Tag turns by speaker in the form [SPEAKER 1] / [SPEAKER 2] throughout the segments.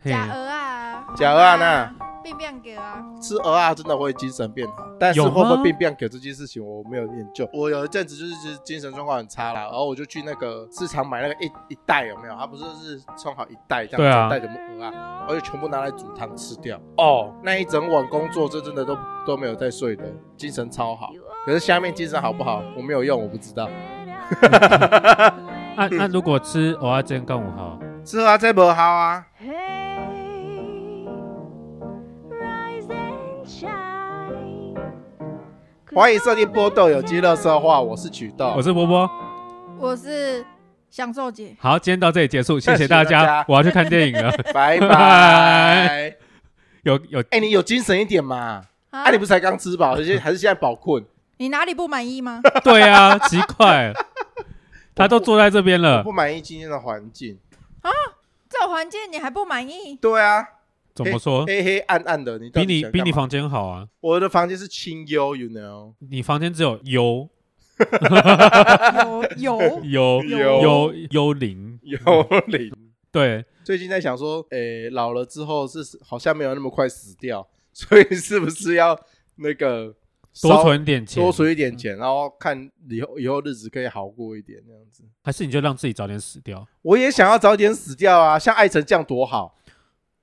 [SPEAKER 1] 嘿
[SPEAKER 2] 假鹅啊，
[SPEAKER 3] 吃蚵仔呐，
[SPEAKER 2] 变变狗啊，
[SPEAKER 3] 吃鹅啊真的会精神变好，但是
[SPEAKER 1] 有
[SPEAKER 3] 会
[SPEAKER 1] 吗
[SPEAKER 3] 不会变变狗这件事情我没有研究。我有一阵子就是就是精神状况很差啦，然后我就去那个市场买那个一一袋有没有？它不是是装好一袋这
[SPEAKER 1] 对啊
[SPEAKER 3] 样，整袋怎么鹅啊？然后就全部拿来煮汤吃掉。哦，那一整晚工作，这真的都都没有再睡的，精神超好。可是下面精神好不好，我没有用，我不 知道。
[SPEAKER 1] 啊，那如果吃蚵仔煎干五好，
[SPEAKER 3] 吃啊，这不好啊。欢迎收听波豆有机乐色话，我是曲豆，
[SPEAKER 1] 我是波波。
[SPEAKER 2] 我是享受姐。
[SPEAKER 1] 好，今天到这里结束，谢谢大
[SPEAKER 3] 谢谢大
[SPEAKER 1] 家
[SPEAKER 3] 家，
[SPEAKER 1] 我要去看电影了。
[SPEAKER 3] 拜
[SPEAKER 1] 拜
[SPEAKER 3] 拜。
[SPEAKER 1] 有有，
[SPEAKER 3] 哎、你有精神一点嘛？
[SPEAKER 2] 啊
[SPEAKER 3] 啊，你不是才刚吃饱，而且还是现在饱 困？
[SPEAKER 2] 你哪里不满意 吗？
[SPEAKER 1] 对啊，奇怪，他都坐在这边了
[SPEAKER 3] 不，满意今天的环境？
[SPEAKER 2] 这种环境你还不满 意？
[SPEAKER 3] 对啊，
[SPEAKER 1] 怎么说？
[SPEAKER 3] 黑黑暗暗的，你到
[SPEAKER 1] 哦比
[SPEAKER 3] 底
[SPEAKER 1] 你
[SPEAKER 3] 想
[SPEAKER 1] 比你
[SPEAKER 3] 干嘛，
[SPEAKER 1] 房间好啊，
[SPEAKER 3] 我的房间是清幽，you know，
[SPEAKER 1] 你房间只有幽
[SPEAKER 2] 有有
[SPEAKER 1] 幽
[SPEAKER 3] 有
[SPEAKER 1] 幽幽灵，
[SPEAKER 3] 幽灵。
[SPEAKER 1] 对，
[SPEAKER 3] 最近在想说，诶、老了之后是好像没有那么快死掉，所以是不是要那个
[SPEAKER 1] 多
[SPEAKER 3] 烧
[SPEAKER 1] 存点钱，
[SPEAKER 3] 多存一点钱，然后看以后以后日子可以好过一点那样子。
[SPEAKER 1] 还是你就让自己早点死掉？
[SPEAKER 3] 我也想要早点死掉啊，像艾辰这样多好。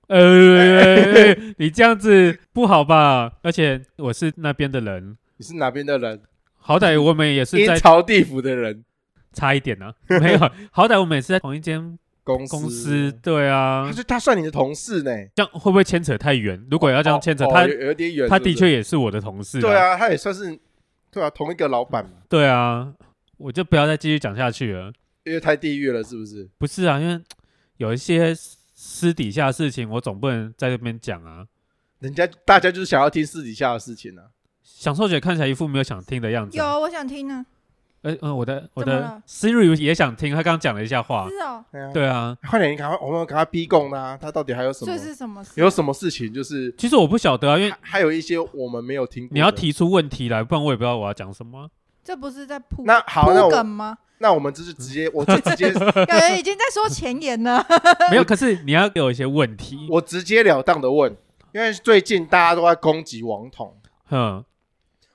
[SPEAKER 1] 哎呃，你这样子不好吧？而且我是那边的人，
[SPEAKER 3] 你是哪边的人？
[SPEAKER 1] 好歹我们也是
[SPEAKER 3] 阴
[SPEAKER 1] 在
[SPEAKER 3] 曹地府的人，
[SPEAKER 1] 差一点呢、啊，没有，好歹我们也是在同一间
[SPEAKER 3] 公司
[SPEAKER 1] 公司，对啊
[SPEAKER 3] 他，就他算你的同事呢，
[SPEAKER 1] 这样会不会牵扯太远？如果要这样牵扯，
[SPEAKER 3] 哦哦
[SPEAKER 1] 他
[SPEAKER 3] 有有点远，
[SPEAKER 1] 他
[SPEAKER 3] 是不
[SPEAKER 1] 的
[SPEAKER 3] 是
[SPEAKER 1] 确也是我的同事、
[SPEAKER 3] 对，啊，他也算是对啊同一个老板嘛，
[SPEAKER 1] 对啊，我就不要再继续讲下去了。
[SPEAKER 3] 因为太地狱了，是不是？
[SPEAKER 1] 不是啊，因为有一些私底下的事情，我总不能在这边讲啊。
[SPEAKER 3] 人家大家就是想要听私底下的事情啊，
[SPEAKER 1] 享受姐看起来一副没有想听的样子、啊。
[SPEAKER 2] 有，我想听呢。
[SPEAKER 1] 有，呃，我的我
[SPEAKER 2] 怎么
[SPEAKER 1] 的
[SPEAKER 2] 了
[SPEAKER 1] Siri 也想听，他刚刚讲了一下话。
[SPEAKER 2] 是哦，
[SPEAKER 3] 对啊，
[SPEAKER 1] 对啊，
[SPEAKER 3] 快点，你赶快，我们赶快逼供他，他到底还有什么
[SPEAKER 2] 这？是什么事？
[SPEAKER 3] 有什么事情？就是
[SPEAKER 1] 其实我不晓得啊，因为
[SPEAKER 3] 还还有一些我们没有听过。
[SPEAKER 1] 你要，提出问题来，不然我也不知道我要讲什么啊。
[SPEAKER 2] 这不是在铺
[SPEAKER 3] 那好，那
[SPEAKER 2] 铺梗
[SPEAKER 3] 我
[SPEAKER 2] 吗？
[SPEAKER 3] 那我们就是直接，我就 直接，
[SPEAKER 2] 感觉已经在说前言了。
[SPEAKER 1] 没有，可是你要有一些问题。
[SPEAKER 3] 我直截了当的问，因为最近大家都在攻击王彤，
[SPEAKER 1] 哼，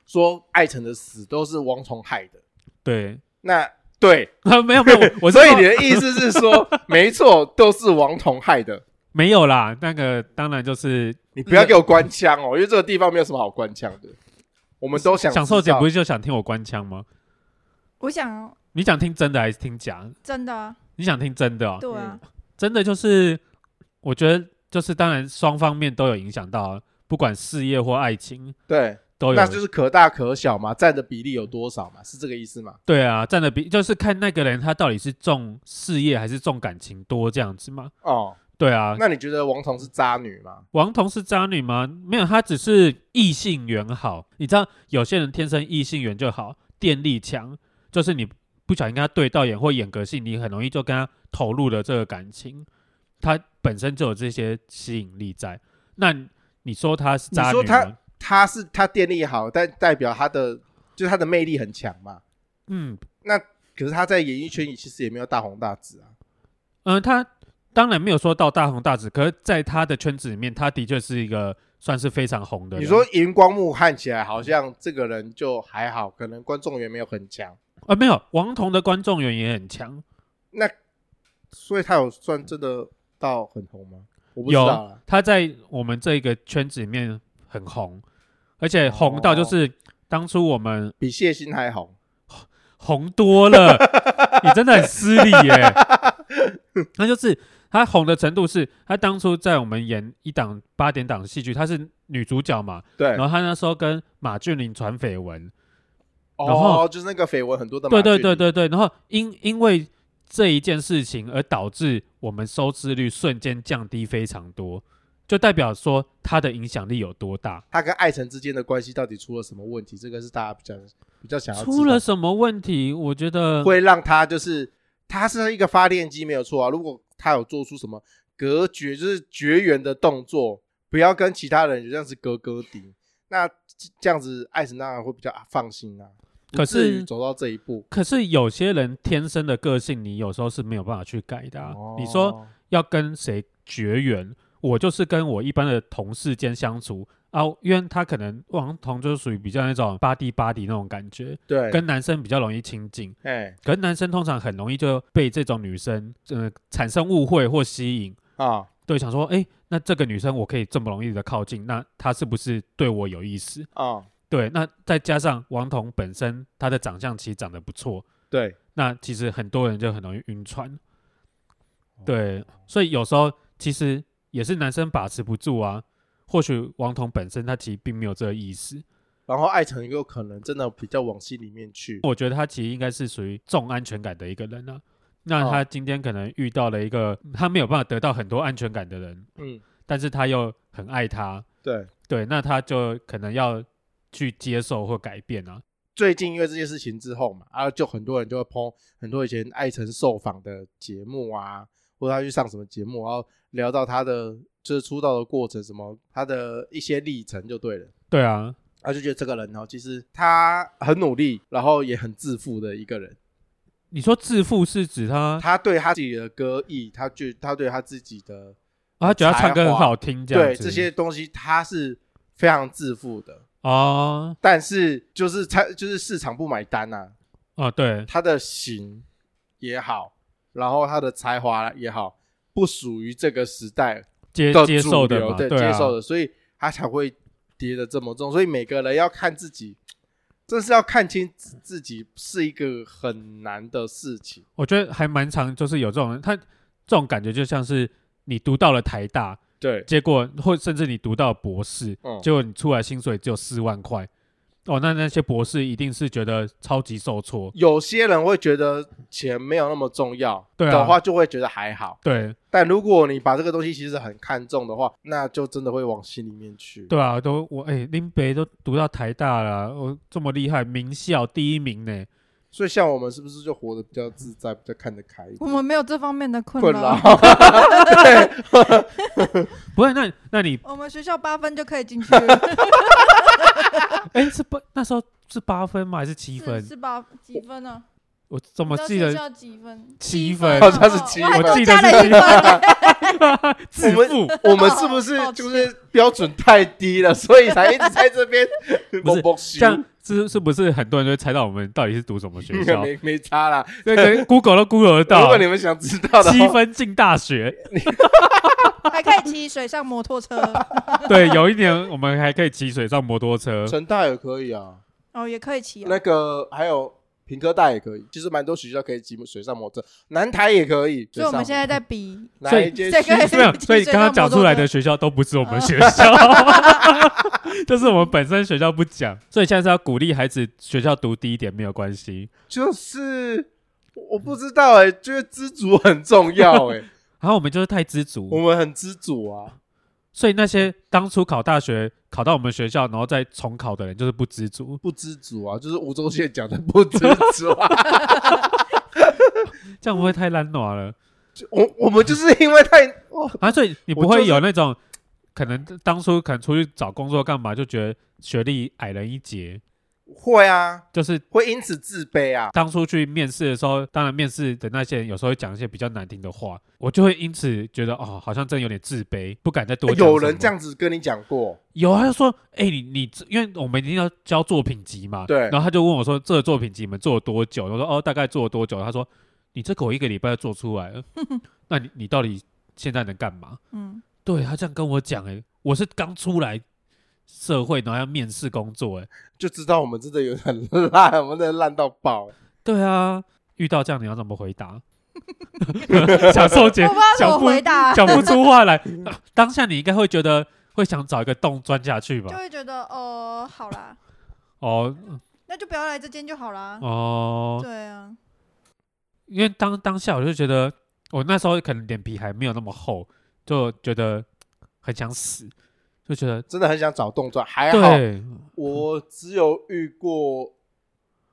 [SPEAKER 3] 说艾辰的死都是王彤害的。
[SPEAKER 1] 对，
[SPEAKER 3] 那对，
[SPEAKER 1] 没有没有，我我是
[SPEAKER 3] 所以
[SPEAKER 1] 说
[SPEAKER 3] 你的意思是说，没错，都是王彤害的。
[SPEAKER 1] 没有啦。那个当然就是
[SPEAKER 3] 你不要给我关枪哦，因为这个地方没有什么好关枪的。我们都想
[SPEAKER 1] 享受姐不
[SPEAKER 3] 是
[SPEAKER 1] 是就想听我关腔吗？
[SPEAKER 2] 我想
[SPEAKER 1] 你想听真的还是听假？
[SPEAKER 2] 真的啊，
[SPEAKER 1] 你想听真的哦，
[SPEAKER 2] 对
[SPEAKER 3] 嗯
[SPEAKER 2] 啊，
[SPEAKER 1] 真的就是我觉得就是当然双方面都有影响到啊，不管事业或爱情
[SPEAKER 3] 对，
[SPEAKER 1] 都有
[SPEAKER 3] 那。就是可大可小嘛，占的比例有多少嘛，是这个意思嘛？
[SPEAKER 1] 对啊，占的比就是看那个人他到底是重事业还是重感情多这样子嘛。
[SPEAKER 3] 哦，
[SPEAKER 1] 对啊，
[SPEAKER 3] 那你觉得王彤是渣女吗？
[SPEAKER 1] 王彤是渣女吗？没有，她只是异性缘好。你知道有些人天生异性缘就好，电力强，就是你不小心跟他对到眼或眼隔性，你很容易就跟他投入了这个感情。他本身就有这些吸引力在。那你说她是渣
[SPEAKER 3] 你
[SPEAKER 1] 女
[SPEAKER 3] 说
[SPEAKER 1] 吗？
[SPEAKER 3] 她是她电力好，但代表她的就是她的魅力很强嘛。
[SPEAKER 1] 嗯
[SPEAKER 3] 可是她在演艺圈里其实也没有大红大紫啊。
[SPEAKER 1] 嗯、呃她当然没有说到大红大紫，可是在她的圈子里面，她的确是一个算是非常红的人。
[SPEAKER 3] 你说荧光幕看起来好像这个人就还好，可能观众缘没有很强，
[SPEAKER 1] 呃没有，王彤的观众缘也很强，
[SPEAKER 3] 所以她有算真的到很红吗？我不知
[SPEAKER 1] 有
[SPEAKER 3] 道啊啦。
[SPEAKER 1] 他在我们这个圈子里面很红，而
[SPEAKER 3] 哦
[SPEAKER 1] 且红到就是当初我们
[SPEAKER 3] 比谢欣还红。
[SPEAKER 1] 红多 了，你真的很失礼耶、那就是他红的程度是，他当初在我们演一档八点档戏剧，她是女主角嘛，
[SPEAKER 3] 对
[SPEAKER 1] 然，后她那时候跟马俊麟传绯闻，然后
[SPEAKER 3] 哦，就是那个绯闻很多的马
[SPEAKER 1] 对
[SPEAKER 3] 俊
[SPEAKER 1] 对
[SPEAKER 3] 麟，
[SPEAKER 1] 对对对，然后因因为这一件事情而导致我们收视率瞬间降低非常多，就代表说她的影响力有多大。
[SPEAKER 3] 他跟艾辰之间的关系到底出了什么问题？这个是大家比较比较想要知道
[SPEAKER 1] 出了什么问题？我觉得
[SPEAKER 3] 会让他就是他是一个发电机没有错啊。如果他有做出什么隔绝，就是绝缘的动作，不要跟其他人有这样子隔隔底，那这样子艾辰当然会比较放心啊。
[SPEAKER 1] 可
[SPEAKER 3] 不至于
[SPEAKER 1] 是
[SPEAKER 3] 走到这一步
[SPEAKER 1] 可是有些人天生啊的个性，你有时候是没有办法去改的、啊。
[SPEAKER 3] 哦
[SPEAKER 1] 你说要跟谁绝缘，我就是跟我一般的同事间相处啊，因为他可能王彤就是属于比较那种巴蒂巴蒂那种感觉，
[SPEAKER 3] 对，
[SPEAKER 1] 跟男生比较容易亲近。
[SPEAKER 3] 哎
[SPEAKER 1] 可是男生通常很容易就被这种女生呃产生误会或吸引，
[SPEAKER 3] 啊，
[SPEAKER 1] 对，想说，哎，那这个女生我可以这么容易的靠近，那她是不是对我有意思？
[SPEAKER 3] 啊，
[SPEAKER 1] 对，那再加上王彤本身她的长相其实长得不错，
[SPEAKER 3] 对，
[SPEAKER 1] 那其实很多人就很容易晕船。对，所以有时候其实也是男生把持不住啊。或许王彤本身他其实并没有这个意思，
[SPEAKER 3] 然后艾诚有可能真的比较往心里面去，
[SPEAKER 1] 我觉得他其实应该是属于重安全感的一个人啊。那
[SPEAKER 3] 哦
[SPEAKER 1] 他今天可能遇到了一个他没有办法得到很多安全感的人，
[SPEAKER 3] 嗯，
[SPEAKER 1] 但是他又很爱他，
[SPEAKER 3] 对。
[SPEAKER 1] 对，那他就可能要去接受或改变啊。
[SPEAKER 3] 最近因为这件事情之后嘛，啊，就很多人就会碰很多以前艾诚受访的节目啊，或者他去上什么节目，然后聊到他的就是出道的过程，什么他的一些历程就对了。
[SPEAKER 1] 对啊，
[SPEAKER 3] 他就觉得这个人哦，其实他很努力，然后也很自负的一个人。
[SPEAKER 1] 你说自负是指他，
[SPEAKER 3] 他对他自己的歌艺，他就他对他自己的
[SPEAKER 1] 啊他觉得他唱歌
[SPEAKER 3] 才
[SPEAKER 1] 很
[SPEAKER 3] 华
[SPEAKER 1] 好听，这样
[SPEAKER 3] 对
[SPEAKER 1] 子。
[SPEAKER 3] 这些东西，他是非常自负的。
[SPEAKER 1] 哦
[SPEAKER 3] 但是就是他就是市场不买单呐、啊，
[SPEAKER 1] 哦，对，
[SPEAKER 3] 他的型也好，然后他的才华也好，不属于这个时代
[SPEAKER 1] 接
[SPEAKER 3] 的
[SPEAKER 1] 接
[SPEAKER 3] 主
[SPEAKER 1] 受的
[SPEAKER 3] 流
[SPEAKER 1] 嘛，
[SPEAKER 3] 对
[SPEAKER 1] 啊，
[SPEAKER 3] 接受的，所以他才会跌得这么重。所以每个人要看自己，这是要看清自自己是一个很难的事情。
[SPEAKER 1] 我觉得还蛮常，就是有这种人，他这种感觉就像是你读到了台大，
[SPEAKER 3] 对，
[SPEAKER 1] 结果或甚至你读到博士，
[SPEAKER 3] 嗯，
[SPEAKER 1] 结果你出来薪水只有四万块，哦，那那些博士一定是觉得超级受挫，
[SPEAKER 3] 有些人会觉得钱没有那么重要
[SPEAKER 1] 对啊
[SPEAKER 3] 的话，就会觉得还好。
[SPEAKER 1] 对
[SPEAKER 3] 但如果你把这个东西其实很看重的话，那就真的会往心里面去。
[SPEAKER 1] 对啊，都我哎、林北都读到台大了，我、这么厉害，名校第一名呢，
[SPEAKER 3] 所以像我们是不是就活得比较自在，比较看得开一点？
[SPEAKER 2] 我们没有这方面的困
[SPEAKER 3] 困
[SPEAKER 2] 扰，
[SPEAKER 3] 扰。对，
[SPEAKER 1] 不是？那那你
[SPEAKER 2] 我们学校八分就可以进去，
[SPEAKER 1] 哎、是八那时候是八分吗？还是七分
[SPEAKER 2] 是？是吧？几分呢？
[SPEAKER 1] 我怎么
[SPEAKER 2] 你知道
[SPEAKER 1] 记
[SPEAKER 2] 学
[SPEAKER 1] 得？
[SPEAKER 2] 校几分？
[SPEAKER 1] 七分
[SPEAKER 2] 分，
[SPEAKER 1] 哦
[SPEAKER 2] 哦，
[SPEAKER 3] 他是七分
[SPEAKER 2] 我还
[SPEAKER 1] 我
[SPEAKER 2] 多
[SPEAKER 1] 记得
[SPEAKER 2] 加了
[SPEAKER 1] 是
[SPEAKER 2] 一分。啊
[SPEAKER 1] 自
[SPEAKER 3] 我们
[SPEAKER 1] 负。
[SPEAKER 3] 我们是不是就是标准太低了，所以才一直在这边
[SPEAKER 1] 不是
[SPEAKER 3] 不
[SPEAKER 1] 这 样是是不是很多人都会猜到我们到底是啊读什么学校？
[SPEAKER 3] 没没差啦。
[SPEAKER 1] 那个 Google 都 Google 得
[SPEAKER 3] 如
[SPEAKER 1] 到
[SPEAKER 3] 果，你们想知道的
[SPEAKER 1] 七
[SPEAKER 3] 话，
[SPEAKER 1] 分进大学。
[SPEAKER 2] 还可以骑水上摩托 车，
[SPEAKER 1] 对，有一年我们还可以骑水上摩托车。
[SPEAKER 3] 成大也可以啊，
[SPEAKER 2] 哦，也可以骑哦。
[SPEAKER 3] 那个还有平科大也可以，其实蛮多学校可以骑水上摩托车，南台也可以。
[SPEAKER 2] 所以我们
[SPEAKER 3] 水
[SPEAKER 2] 现
[SPEAKER 3] 上
[SPEAKER 2] 在在比，
[SPEAKER 3] 摩托
[SPEAKER 1] 所
[SPEAKER 3] 哪
[SPEAKER 1] 以
[SPEAKER 3] 一间
[SPEAKER 2] 这
[SPEAKER 3] 学
[SPEAKER 2] 个
[SPEAKER 3] 校
[SPEAKER 2] 对
[SPEAKER 1] 没有，所以
[SPEAKER 2] 骑水上
[SPEAKER 1] 刚刚讲出来的学校都不是我们学校， 就是我们本身学校不讲。所以现在是要鼓励孩子学校读低一点没有关系。
[SPEAKER 3] 就是我不知道 哎，就是知足很重要 哎，
[SPEAKER 1] 然后我们就是太知
[SPEAKER 3] 我
[SPEAKER 1] 足，
[SPEAKER 3] 们很知足啊。
[SPEAKER 1] 所以那些当初考大学考到我们学校，然后再重考的人就是不知足。
[SPEAKER 3] 不知足啊， 就是吴宗宪讲的不知足啊。
[SPEAKER 1] 这样不会太懒惰了
[SPEAKER 3] 我我们就是因为太哦，
[SPEAKER 1] 啊！所以你不
[SPEAKER 3] 我就
[SPEAKER 1] 会
[SPEAKER 3] 是
[SPEAKER 1] 有那种可能当初可能出去找工作干嘛，就觉得学历矮人一截，
[SPEAKER 3] 会啊，
[SPEAKER 1] 就是
[SPEAKER 3] 会因此自卑啊。
[SPEAKER 1] 当初去面试的时候，当然面试的那些人有时候会讲一些比较难听的话，我就会因此觉得哦，好像真的有点自卑，不敢再多讲什么。
[SPEAKER 3] 哎有人这样子跟你讲过，
[SPEAKER 1] 有啊，他就说哎、你你因为我们一定要交作品集嘛，
[SPEAKER 3] 对
[SPEAKER 1] 然后他就问我说这个作品集你们做了多久？我说哦，大概做了多久？他说你这个我一个礼拜就做出来了， 那你你到底现在能干嘛？
[SPEAKER 2] 嗯，
[SPEAKER 1] 对他这样跟我讲，哎，我是刚出来社会，然后要面试工作，哎，
[SPEAKER 3] 就知道我们真的有很烂， 我们真的烂到爆。
[SPEAKER 1] 对啊，遇到这样你要怎么回答？ 小受姐
[SPEAKER 2] 我不知道怎
[SPEAKER 1] 讲
[SPEAKER 2] 么
[SPEAKER 1] 不
[SPEAKER 2] 回答，
[SPEAKER 1] 讲不出 话来，啊当下你应该会觉得会想找一个洞钻下去
[SPEAKER 2] 就
[SPEAKER 1] 吧？
[SPEAKER 2] 会觉得哦，好啦，
[SPEAKER 1] 哦
[SPEAKER 2] 那就不要来这间就好啦。
[SPEAKER 1] 哦，
[SPEAKER 2] 对啊，
[SPEAKER 1] 因为当当下我就觉得，我那时候可能脸皮还没有那么厚，就觉得很想死，就觉得
[SPEAKER 3] 真的很想找动作，还好
[SPEAKER 1] 对，
[SPEAKER 3] 我只有遇过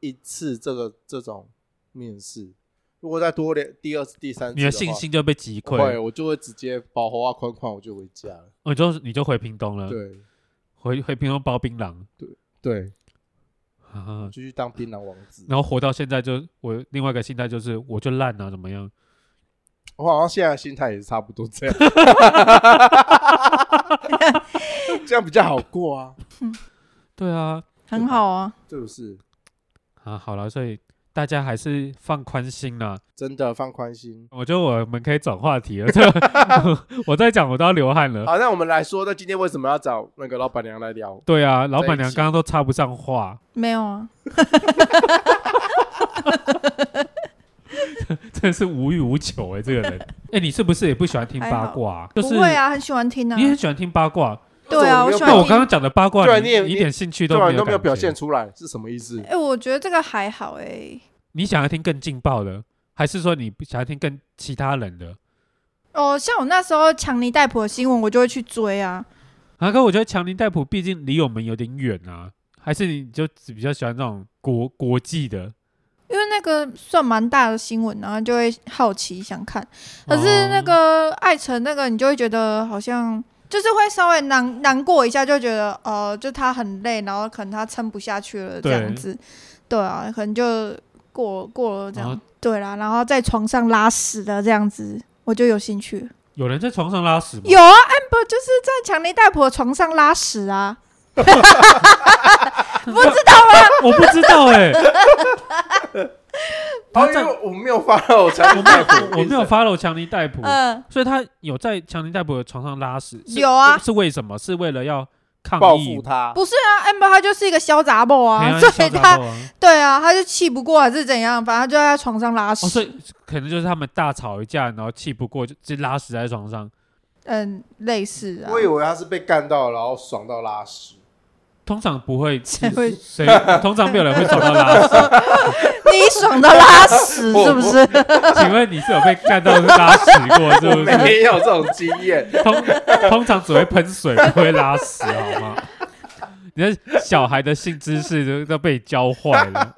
[SPEAKER 3] 一次这个这种面试。如果再多两第二次、第三次
[SPEAKER 1] 你
[SPEAKER 3] 的
[SPEAKER 1] 的
[SPEAKER 3] 话
[SPEAKER 1] 信心就被击
[SPEAKER 3] 会，
[SPEAKER 1] 溃，
[SPEAKER 3] 我就会直接保护啊宽宽，我就回家了。
[SPEAKER 1] 我就你就回屏东了，
[SPEAKER 3] 对
[SPEAKER 1] 回回屏东包槟榔。
[SPEAKER 3] 对，
[SPEAKER 1] 啊
[SPEAKER 3] 我，就去当槟榔王子。
[SPEAKER 1] 然后活到现在就我另外一个心态就是我就烂啊怎么样？
[SPEAKER 3] 我好像现在的心态也是差不多这样，这样比较好过啊，
[SPEAKER 1] 对啊，
[SPEAKER 2] 很好啊。
[SPEAKER 3] 是不是？
[SPEAKER 1] 啊，好了，所以大家还是放宽心啦。
[SPEAKER 3] 真的放宽心。
[SPEAKER 1] 我觉得我们可以转话题了，这 个我在讲我都要流汗了。
[SPEAKER 3] 好，那我们来说，那今天为什么要找那个老板娘来聊？
[SPEAKER 1] 对啊，老板娘
[SPEAKER 3] 起
[SPEAKER 1] 刚刚都插不上话，
[SPEAKER 2] 没有啊，
[SPEAKER 1] 真是无欲无求哎、这个人。 哎、你是不是也不喜欢听八卦、啊？就是
[SPEAKER 2] 不会啊，很喜欢听啊
[SPEAKER 1] 你。很喜欢听八卦，
[SPEAKER 2] 对啊，我喜
[SPEAKER 1] 那
[SPEAKER 2] 欢
[SPEAKER 1] 我
[SPEAKER 2] 听。
[SPEAKER 1] 刚刚讲的八卦，
[SPEAKER 3] 对啊
[SPEAKER 1] 你
[SPEAKER 3] 你也
[SPEAKER 1] 你一
[SPEAKER 3] 你
[SPEAKER 1] 点兴趣
[SPEAKER 3] 对
[SPEAKER 1] 都
[SPEAKER 3] 啊，
[SPEAKER 1] 没
[SPEAKER 3] 你
[SPEAKER 1] 有，
[SPEAKER 3] 都没有表现。出来，是什么意思？
[SPEAKER 2] 哎、我觉得这个还好哎、
[SPEAKER 1] 你想要听更劲爆的，还是说你不想要听更其他人的？
[SPEAKER 2] 哦，像我那时候强尼戴普的新闻，我就会去追啊。
[SPEAKER 1] 啊，可我觉得强尼戴普毕竟离我们有点远啊，还是你就只比较喜欢那种国国际的？
[SPEAKER 2] 哦因为那个算蛮大的新闻，然后就会好奇想看。可
[SPEAKER 1] 哦
[SPEAKER 2] 是那个艾辰那个，你就会觉得好像就是会稍微难难过一下，就觉得呃，就他很累，然后可能他撑不下去了这
[SPEAKER 1] 对
[SPEAKER 2] 样子。对啊，可能就过过了这样。
[SPEAKER 1] 哦
[SPEAKER 2] 对啦，然后在床上拉屎的这样子，我就有兴趣了。
[SPEAKER 1] 有人在床上拉屎吗？
[SPEAKER 2] 有啊，amber 就是在强尼戴普的床上拉屎啊。不知道，
[SPEAKER 1] 我不知道 哎、
[SPEAKER 3] 哦，
[SPEAKER 1] 他
[SPEAKER 3] 因
[SPEAKER 2] 哎
[SPEAKER 1] 在
[SPEAKER 3] 为我没有发 到我才
[SPEAKER 1] 我没有我没有 follow 强尼戴普，
[SPEAKER 2] 嗯、
[SPEAKER 1] 所以他有在强尼戴普的床上拉屎。是
[SPEAKER 2] 有啊
[SPEAKER 1] 是为什么？是为了要抗
[SPEAKER 3] 报
[SPEAKER 1] 议
[SPEAKER 3] 复？他，
[SPEAKER 2] 不是啊，amber 他就是一个小杂毛
[SPEAKER 1] 平
[SPEAKER 2] 啊，
[SPEAKER 1] 安
[SPEAKER 2] 所
[SPEAKER 1] 小
[SPEAKER 2] 以
[SPEAKER 1] 杂
[SPEAKER 2] 他
[SPEAKER 1] 货啊
[SPEAKER 2] 对啊，他就气不过还是怎样，反正他就在床上拉屎。
[SPEAKER 1] 哦，所以可能就是他们大吵一架，然后气不过就就拉屎在床上。
[SPEAKER 2] 嗯，类似啊
[SPEAKER 3] 我，以为他是被干到，然后爽到拉屎。
[SPEAKER 1] 通常不会，
[SPEAKER 2] 谁会
[SPEAKER 1] 谁通常没有人会找到拉屎。
[SPEAKER 2] 你爽的拉 屎是不是？
[SPEAKER 1] 请问你是有被干到拉屎过是
[SPEAKER 3] 我
[SPEAKER 1] 不是？
[SPEAKER 3] 没有这种经验，
[SPEAKER 1] 通通常只会喷水，不会拉屎，好吗？你的小孩的性知识都都被教坏 了。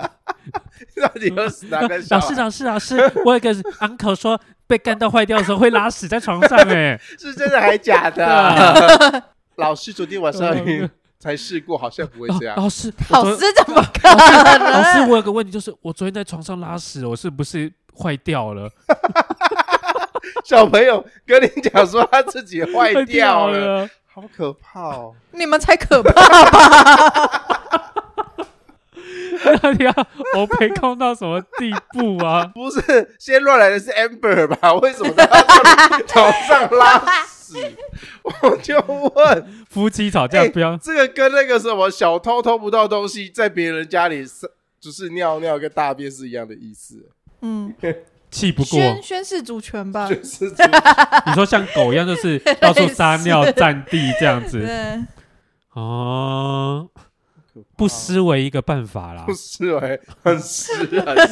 [SPEAKER 3] 那你又是哪个小
[SPEAKER 1] 老师，
[SPEAKER 3] 孩？
[SPEAKER 1] 老师，老师，我有一个 uncle 说被干到坏掉的时候会拉屎在床上、哎，
[SPEAKER 3] 是真的还假的啊？ 老师昨天晚上才试过，好像不会这样。
[SPEAKER 1] 老师，我
[SPEAKER 2] 老
[SPEAKER 1] 昨
[SPEAKER 2] 师怎么可
[SPEAKER 1] 老师，
[SPEAKER 2] 能？
[SPEAKER 1] 我有个问题，就是我昨天在床上拉屎，我是不是坏掉了？
[SPEAKER 3] 小朋友跟你讲说他自己坏掉了，
[SPEAKER 1] 了。
[SPEAKER 3] 好可怕哦！
[SPEAKER 2] 你们才可怕！
[SPEAKER 1] 那你要我被控到什么地步啊？
[SPEAKER 3] 不是，先乱来的是 Amber 吧？为什么他要叫你头上拉屎？ 我就问，
[SPEAKER 1] 夫妻吵架
[SPEAKER 3] 哎
[SPEAKER 1] 不要、
[SPEAKER 3] 这个跟那个什么小偷偷不到东西，在别人家里是就是尿尿跟大便是一样的意思，
[SPEAKER 2] 嗯，
[SPEAKER 1] 气不过，
[SPEAKER 2] 宣宣誓主权吧
[SPEAKER 3] 就。是
[SPEAKER 1] 你说像狗一样，就是 到处撒尿、
[SPEAKER 2] 类似
[SPEAKER 1] 占地这样子
[SPEAKER 2] 对，
[SPEAKER 1] 哦，不失为一个办法啦
[SPEAKER 3] 哦不。是哎、 很湿很湿，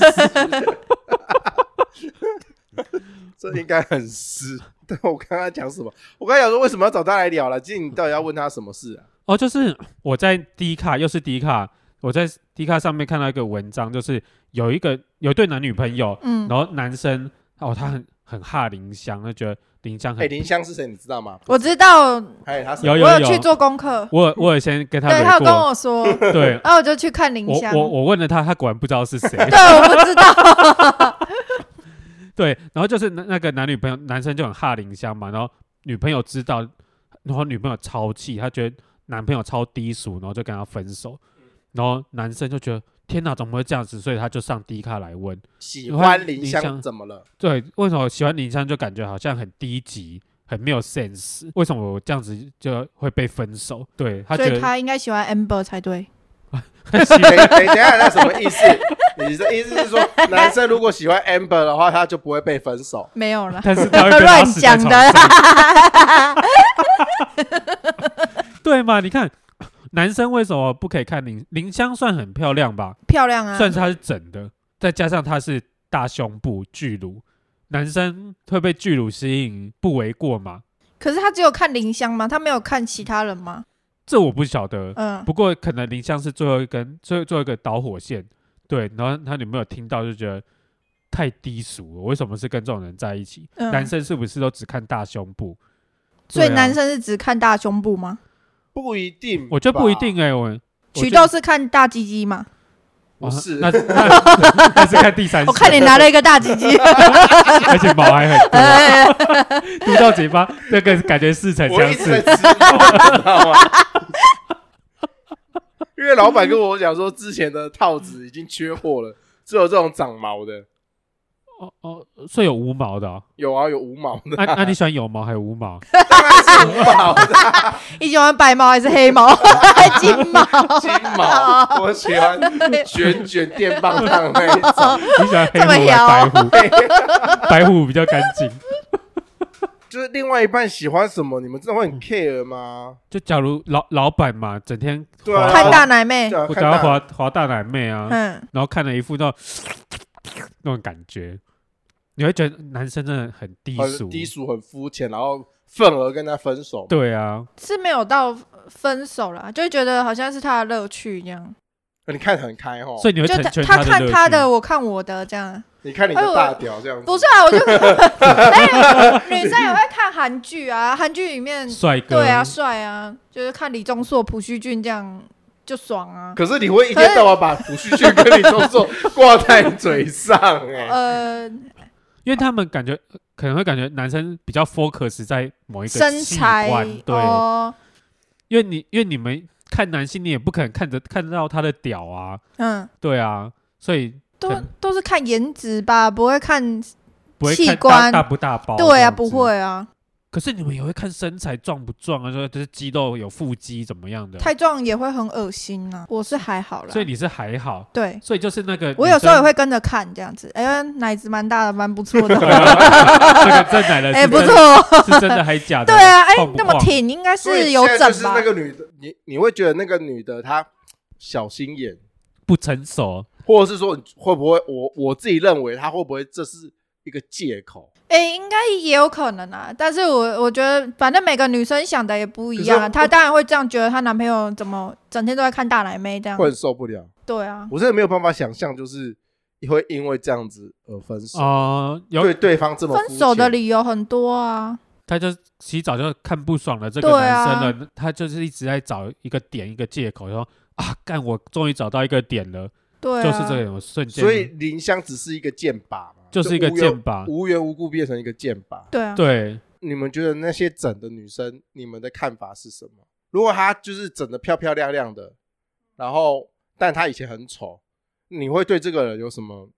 [SPEAKER 3] 这应该很湿。但我刚刚讲什么？我刚才讲说为什么要找他来聊了？今天你到底要问他什么事啊？
[SPEAKER 1] 哦，就是我在 D 卡，又是 D 卡，我在 D 卡上面看到一个文章，就是有一个有一对男女朋友，
[SPEAKER 2] 嗯，
[SPEAKER 1] 然后男生哦，他很很怕林香，就觉得林香
[SPEAKER 3] 哎、
[SPEAKER 1] 很、
[SPEAKER 3] 林香是谁？你知道吗？
[SPEAKER 2] 我知道，
[SPEAKER 3] 哎，他是
[SPEAKER 1] 有
[SPEAKER 2] 我
[SPEAKER 1] 有
[SPEAKER 2] 去做功课，
[SPEAKER 1] 我有我有先跟他
[SPEAKER 2] 对他
[SPEAKER 1] 聊
[SPEAKER 2] 有跟
[SPEAKER 1] 过，
[SPEAKER 2] 我说，
[SPEAKER 1] 对
[SPEAKER 2] 然后我就去看林
[SPEAKER 1] 我
[SPEAKER 2] 香。
[SPEAKER 1] 我我问了他，他果然不知道是谁，
[SPEAKER 2] 对，我不知道。
[SPEAKER 1] 对，然后就是那那个男女朋友，男生就很哈林香嘛，然后女朋友知道，然后女朋友超气，她觉得男朋友超低俗，然后就跟他分手，
[SPEAKER 2] 嗯
[SPEAKER 1] 然后男生就觉得天哪，怎么会这样子？所以他就上 D 卡来问。
[SPEAKER 3] 喜欢林
[SPEAKER 1] 林香
[SPEAKER 3] 香怎么了？
[SPEAKER 1] 对，为什么我喜欢林香就感觉好像很低级，很没有 sense？为什么我这样子就会被分手？对他
[SPEAKER 2] 所
[SPEAKER 1] 觉
[SPEAKER 2] 以
[SPEAKER 1] 得
[SPEAKER 2] 他应该喜欢 Amber 才对。
[SPEAKER 1] 很 喜，
[SPEAKER 3] 等等等一下，那什么意思？你的意思是说，男生如果喜欢 Amber 的话，他就不会被分手？
[SPEAKER 2] 没有啦
[SPEAKER 1] 但是他会 被拉
[SPEAKER 2] 乱
[SPEAKER 1] 屎在
[SPEAKER 2] 讲
[SPEAKER 1] 床
[SPEAKER 2] 的
[SPEAKER 1] 上
[SPEAKER 2] 啦。
[SPEAKER 1] 对嘛？你看男生为什么不可以看林林香？算很漂亮吧？
[SPEAKER 2] 漂亮啊
[SPEAKER 1] 算！是它是整的，再加上它是大胸部巨乳，男生会被巨乳吸引不为过嘛？
[SPEAKER 2] 可是他只有看林香吗？他没有看其他人吗？
[SPEAKER 1] 这我不晓得，
[SPEAKER 2] 嗯，
[SPEAKER 1] 不过可能林香是最后一根最最后一个导火线，对，然后他女朋友听到就觉得太低俗了，为什么是跟这种人在一起？
[SPEAKER 2] 嗯
[SPEAKER 1] 男生是不是都只看大胸部？
[SPEAKER 2] 所以
[SPEAKER 1] 对啊
[SPEAKER 2] 男生是只看大胸部吗？
[SPEAKER 3] 不一定，
[SPEAKER 1] 我觉得不一。定哎、我我
[SPEAKER 2] 曲
[SPEAKER 1] 觉
[SPEAKER 2] 豆
[SPEAKER 1] 得
[SPEAKER 2] 是看大鸡鸡嘛？
[SPEAKER 3] 不是
[SPEAKER 1] 那 那那是看第三 集，
[SPEAKER 2] 我看你拿了一个大鸡 鸡，
[SPEAKER 1] 而且毛还很 多，啊
[SPEAKER 2] 哎
[SPEAKER 1] 嘟到嘴巴，那个感觉似曾
[SPEAKER 3] 我
[SPEAKER 1] 相
[SPEAKER 3] 一直
[SPEAKER 1] 识
[SPEAKER 3] 在。吃，你知道吗？ 因为老板跟我讲说，之前的套子已经缺货了，只有这种长毛的，
[SPEAKER 1] 哦哦，所以有无毛的哦。
[SPEAKER 3] 有啊，有无毛的，
[SPEAKER 1] 那那你喜欢有毛还是无毛？
[SPEAKER 3] 当然是无 毛的，
[SPEAKER 2] 你喜欢白毛还是黑 毛？还是金毛？
[SPEAKER 3] 金毛，我喜欢卷卷电棒烫那一种，
[SPEAKER 1] 你喜欢 黑
[SPEAKER 2] 这
[SPEAKER 1] 虎还
[SPEAKER 2] 么
[SPEAKER 1] 是
[SPEAKER 2] 摇
[SPEAKER 1] 白虎？白虎 比较干净。
[SPEAKER 3] 就是另外一半喜欢什么，你们真的会很 care 吗？
[SPEAKER 1] 就假如老老板嘛，整天
[SPEAKER 3] 对
[SPEAKER 1] 滑
[SPEAKER 3] 啊
[SPEAKER 1] 哦
[SPEAKER 2] 看大奶妹
[SPEAKER 3] 对，啊
[SPEAKER 1] 我
[SPEAKER 3] 看
[SPEAKER 1] 想要
[SPEAKER 3] 到
[SPEAKER 1] 滑滑大奶妹啊，
[SPEAKER 2] 嗯，
[SPEAKER 1] 然后看了一副那种那种感觉，你会觉得男生真的很低俗，
[SPEAKER 3] 很低俗、很肤浅，然后愤而跟他分手。
[SPEAKER 1] 对啊，
[SPEAKER 2] 是没有到分手啦，就会觉得好像是他的乐趣一样，
[SPEAKER 3] 你看得很开哦，
[SPEAKER 1] 所以你会
[SPEAKER 2] 就
[SPEAKER 1] 成
[SPEAKER 2] 他
[SPEAKER 1] 全
[SPEAKER 2] 他看
[SPEAKER 1] 乐
[SPEAKER 2] 他
[SPEAKER 1] 趣
[SPEAKER 2] 的，我看我的这 样。
[SPEAKER 3] 你看你的大屌这样子，
[SPEAKER 2] 不是啊，我就没有女生也会看韩剧啊，韩剧里面
[SPEAKER 1] 帅哥，
[SPEAKER 2] 对啊，帅啊，就是看李钟硕、朴叙俊这样就爽啊。
[SPEAKER 3] 可是你会一天到晚把胡须俊跟你动作挂在嘴上哎、
[SPEAKER 2] 呃，
[SPEAKER 1] 因为他们感觉可能会感觉男生比较 focus 在某一个
[SPEAKER 2] 身
[SPEAKER 1] 器
[SPEAKER 2] 材
[SPEAKER 1] 官对，
[SPEAKER 2] 哦，
[SPEAKER 1] 因为你因为你们看男性，你也不可能看着看到他的屌啊，
[SPEAKER 2] 嗯，
[SPEAKER 1] 对啊，所以
[SPEAKER 2] 都
[SPEAKER 1] 很
[SPEAKER 2] 都是看颜值吧，不会看。
[SPEAKER 1] 不会
[SPEAKER 2] 器
[SPEAKER 1] 看大
[SPEAKER 2] 官
[SPEAKER 1] 大不大包，
[SPEAKER 2] 对啊，不。会啊，
[SPEAKER 1] 可是你们也会看身材壮不壮啊，说就是肌肉有腹肌怎么样的，
[SPEAKER 2] 太壮也会很恶心啊。我是还好啦
[SPEAKER 1] 啊所，以你是还好，
[SPEAKER 2] 对
[SPEAKER 1] 所以就是那个
[SPEAKER 2] 我有时候也 会跟着看这样子。哎呀，奶子蛮大的，蛮不错
[SPEAKER 1] 女生，
[SPEAKER 2] 的，
[SPEAKER 1] 这个正奶的
[SPEAKER 2] 哎，
[SPEAKER 1] 啊是
[SPEAKER 2] 不
[SPEAKER 1] 真
[SPEAKER 2] 错。
[SPEAKER 1] 是真的还假 的？
[SPEAKER 2] 对啊，哎
[SPEAKER 1] 晃，不
[SPEAKER 2] 那么
[SPEAKER 1] 晃，
[SPEAKER 2] 挺应该
[SPEAKER 3] 所以
[SPEAKER 2] 是有
[SPEAKER 3] 现在就
[SPEAKER 2] 整
[SPEAKER 3] 是
[SPEAKER 2] 吧
[SPEAKER 3] 那？个女的，你你会觉得那个女的她小心眼，
[SPEAKER 1] 不成熟，
[SPEAKER 3] 或者是说你会不会我我自己认为她会不会这是一个借口？
[SPEAKER 2] 哎、应该也有可能啊，但是我我觉得，反正每个女生想的也不一样
[SPEAKER 3] 可
[SPEAKER 2] 啊。
[SPEAKER 3] 是
[SPEAKER 2] 她当然会这样觉得，她男朋友怎么整天都在看大奶妹这样
[SPEAKER 3] 会。很受不了，
[SPEAKER 2] 对啊，
[SPEAKER 3] 我真的没有办法想象，就是会因为这样子而分手，
[SPEAKER 1] 哦，有
[SPEAKER 3] 对对方这么
[SPEAKER 2] 分手的
[SPEAKER 3] 理
[SPEAKER 2] 理由很多啊。
[SPEAKER 1] 他就洗澡就看不爽了这个
[SPEAKER 2] 对
[SPEAKER 1] 男
[SPEAKER 2] 啊
[SPEAKER 1] 生了，他就是一直在找一个点一个借口，说啊，干我终于找到一个点了，
[SPEAKER 2] 对啊，
[SPEAKER 1] 就是这种瞬间，
[SPEAKER 3] 所以林香只是一个箭靶嘛，
[SPEAKER 1] 就是一个
[SPEAKER 3] 无缘
[SPEAKER 1] 箭靶，
[SPEAKER 3] 无缘无故变成一个箭靶。
[SPEAKER 2] 对啊，
[SPEAKER 1] 对，
[SPEAKER 3] 你们觉得那些整的女生，你们的看法是什么？如果她就是整的漂漂亮亮的，然后但她以前很丑，你会对这个人有什么？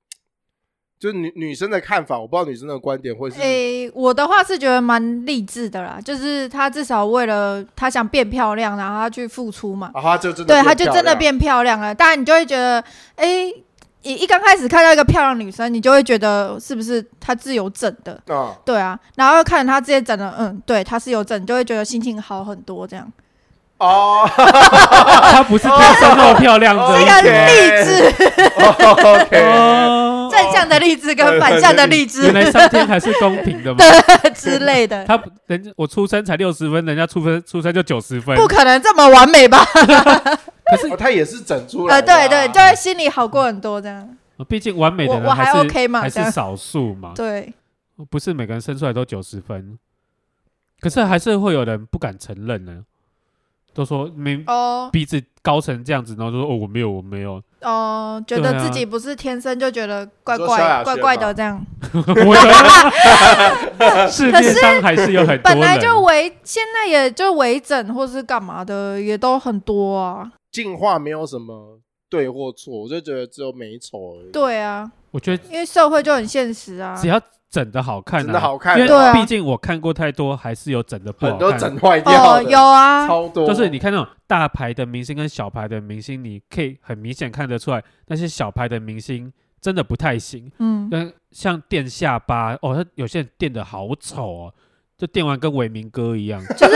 [SPEAKER 3] 就是女女生的看法，我不知道女生的观点会是、
[SPEAKER 2] 诶、我的话是觉得蛮励志的啦，就是她至少为了她想变漂亮，然后她去付出嘛。
[SPEAKER 3] 啊，她就真的
[SPEAKER 2] 对，
[SPEAKER 3] 她
[SPEAKER 2] 她就真的变漂亮了。当然，你就会觉得，诶、你一刚开始看到一个漂亮女生，你就会觉得是不是她是有整的？
[SPEAKER 3] 啊，
[SPEAKER 2] 对啊，然后看他这些整的，嗯，对，他是有整，就会觉得心情好很多这样。
[SPEAKER 3] 哦
[SPEAKER 1] 他不是天生那么漂亮的，
[SPEAKER 2] 啊哦这个励志，
[SPEAKER 3] ，OK，
[SPEAKER 1] 哦，
[SPEAKER 2] 正向的励志跟反向的励
[SPEAKER 1] 原
[SPEAKER 2] 志
[SPEAKER 1] 来上天还是公 平的嘛，
[SPEAKER 2] 之类 的，
[SPEAKER 1] 他不人家我出生才六十分，人家出生出生就九十分，
[SPEAKER 2] 不可能这么完美吧？
[SPEAKER 1] 可是
[SPEAKER 3] 哦她也是整出来
[SPEAKER 2] 呃，
[SPEAKER 3] 的 啊、
[SPEAKER 2] 对对，就会心里好过很多这样。
[SPEAKER 1] 哦毕竟完美的
[SPEAKER 2] 我
[SPEAKER 1] 人
[SPEAKER 2] 我还
[SPEAKER 1] 是
[SPEAKER 2] OK 嘛
[SPEAKER 1] 还
[SPEAKER 2] 这
[SPEAKER 1] 是
[SPEAKER 2] 样
[SPEAKER 1] 少数嘛，
[SPEAKER 2] 对，
[SPEAKER 1] 不是每个人生出来都九十分，可是还是会有人不敢承认呢，都说没
[SPEAKER 2] 哦
[SPEAKER 1] 鼻子高成这样子，然后就说哦我没有我没有，
[SPEAKER 2] 哦，觉
[SPEAKER 1] 对
[SPEAKER 2] 得
[SPEAKER 1] 啊
[SPEAKER 2] 自己不是天生就觉得怪
[SPEAKER 3] 你说萧亚
[SPEAKER 2] 怪
[SPEAKER 3] 轩
[SPEAKER 2] 怪怪
[SPEAKER 3] 吧
[SPEAKER 2] 的这样，
[SPEAKER 1] 我有世面上还是有很多
[SPEAKER 2] 本来
[SPEAKER 1] 人，
[SPEAKER 2] 就微，现在也就微整或是干嘛的也都很多啊。
[SPEAKER 3] 进化没有什么对或错，我就觉得只有美丑而已。，
[SPEAKER 2] 对啊，
[SPEAKER 1] 我觉得
[SPEAKER 2] 因为社会就很现实啊。
[SPEAKER 1] 只要整的好看、啊，
[SPEAKER 3] 整的好看
[SPEAKER 1] 因
[SPEAKER 2] 对
[SPEAKER 1] 为
[SPEAKER 2] 啊
[SPEAKER 1] 毕竟我看过太多，还是有整的不好
[SPEAKER 3] 很
[SPEAKER 1] 看，
[SPEAKER 3] 多整坏掉
[SPEAKER 2] 哦，
[SPEAKER 3] 的、
[SPEAKER 2] 有啊，
[SPEAKER 3] 超多，
[SPEAKER 1] 就是你看那种大牌的明星跟小牌的明星，你可以很明显看得出来，那些小牌的明星真的不太行。
[SPEAKER 2] 嗯，
[SPEAKER 1] 那像垫下巴，哦，他有些人垫的好丑哦，就垫完跟伟明哥一样。
[SPEAKER 2] 就是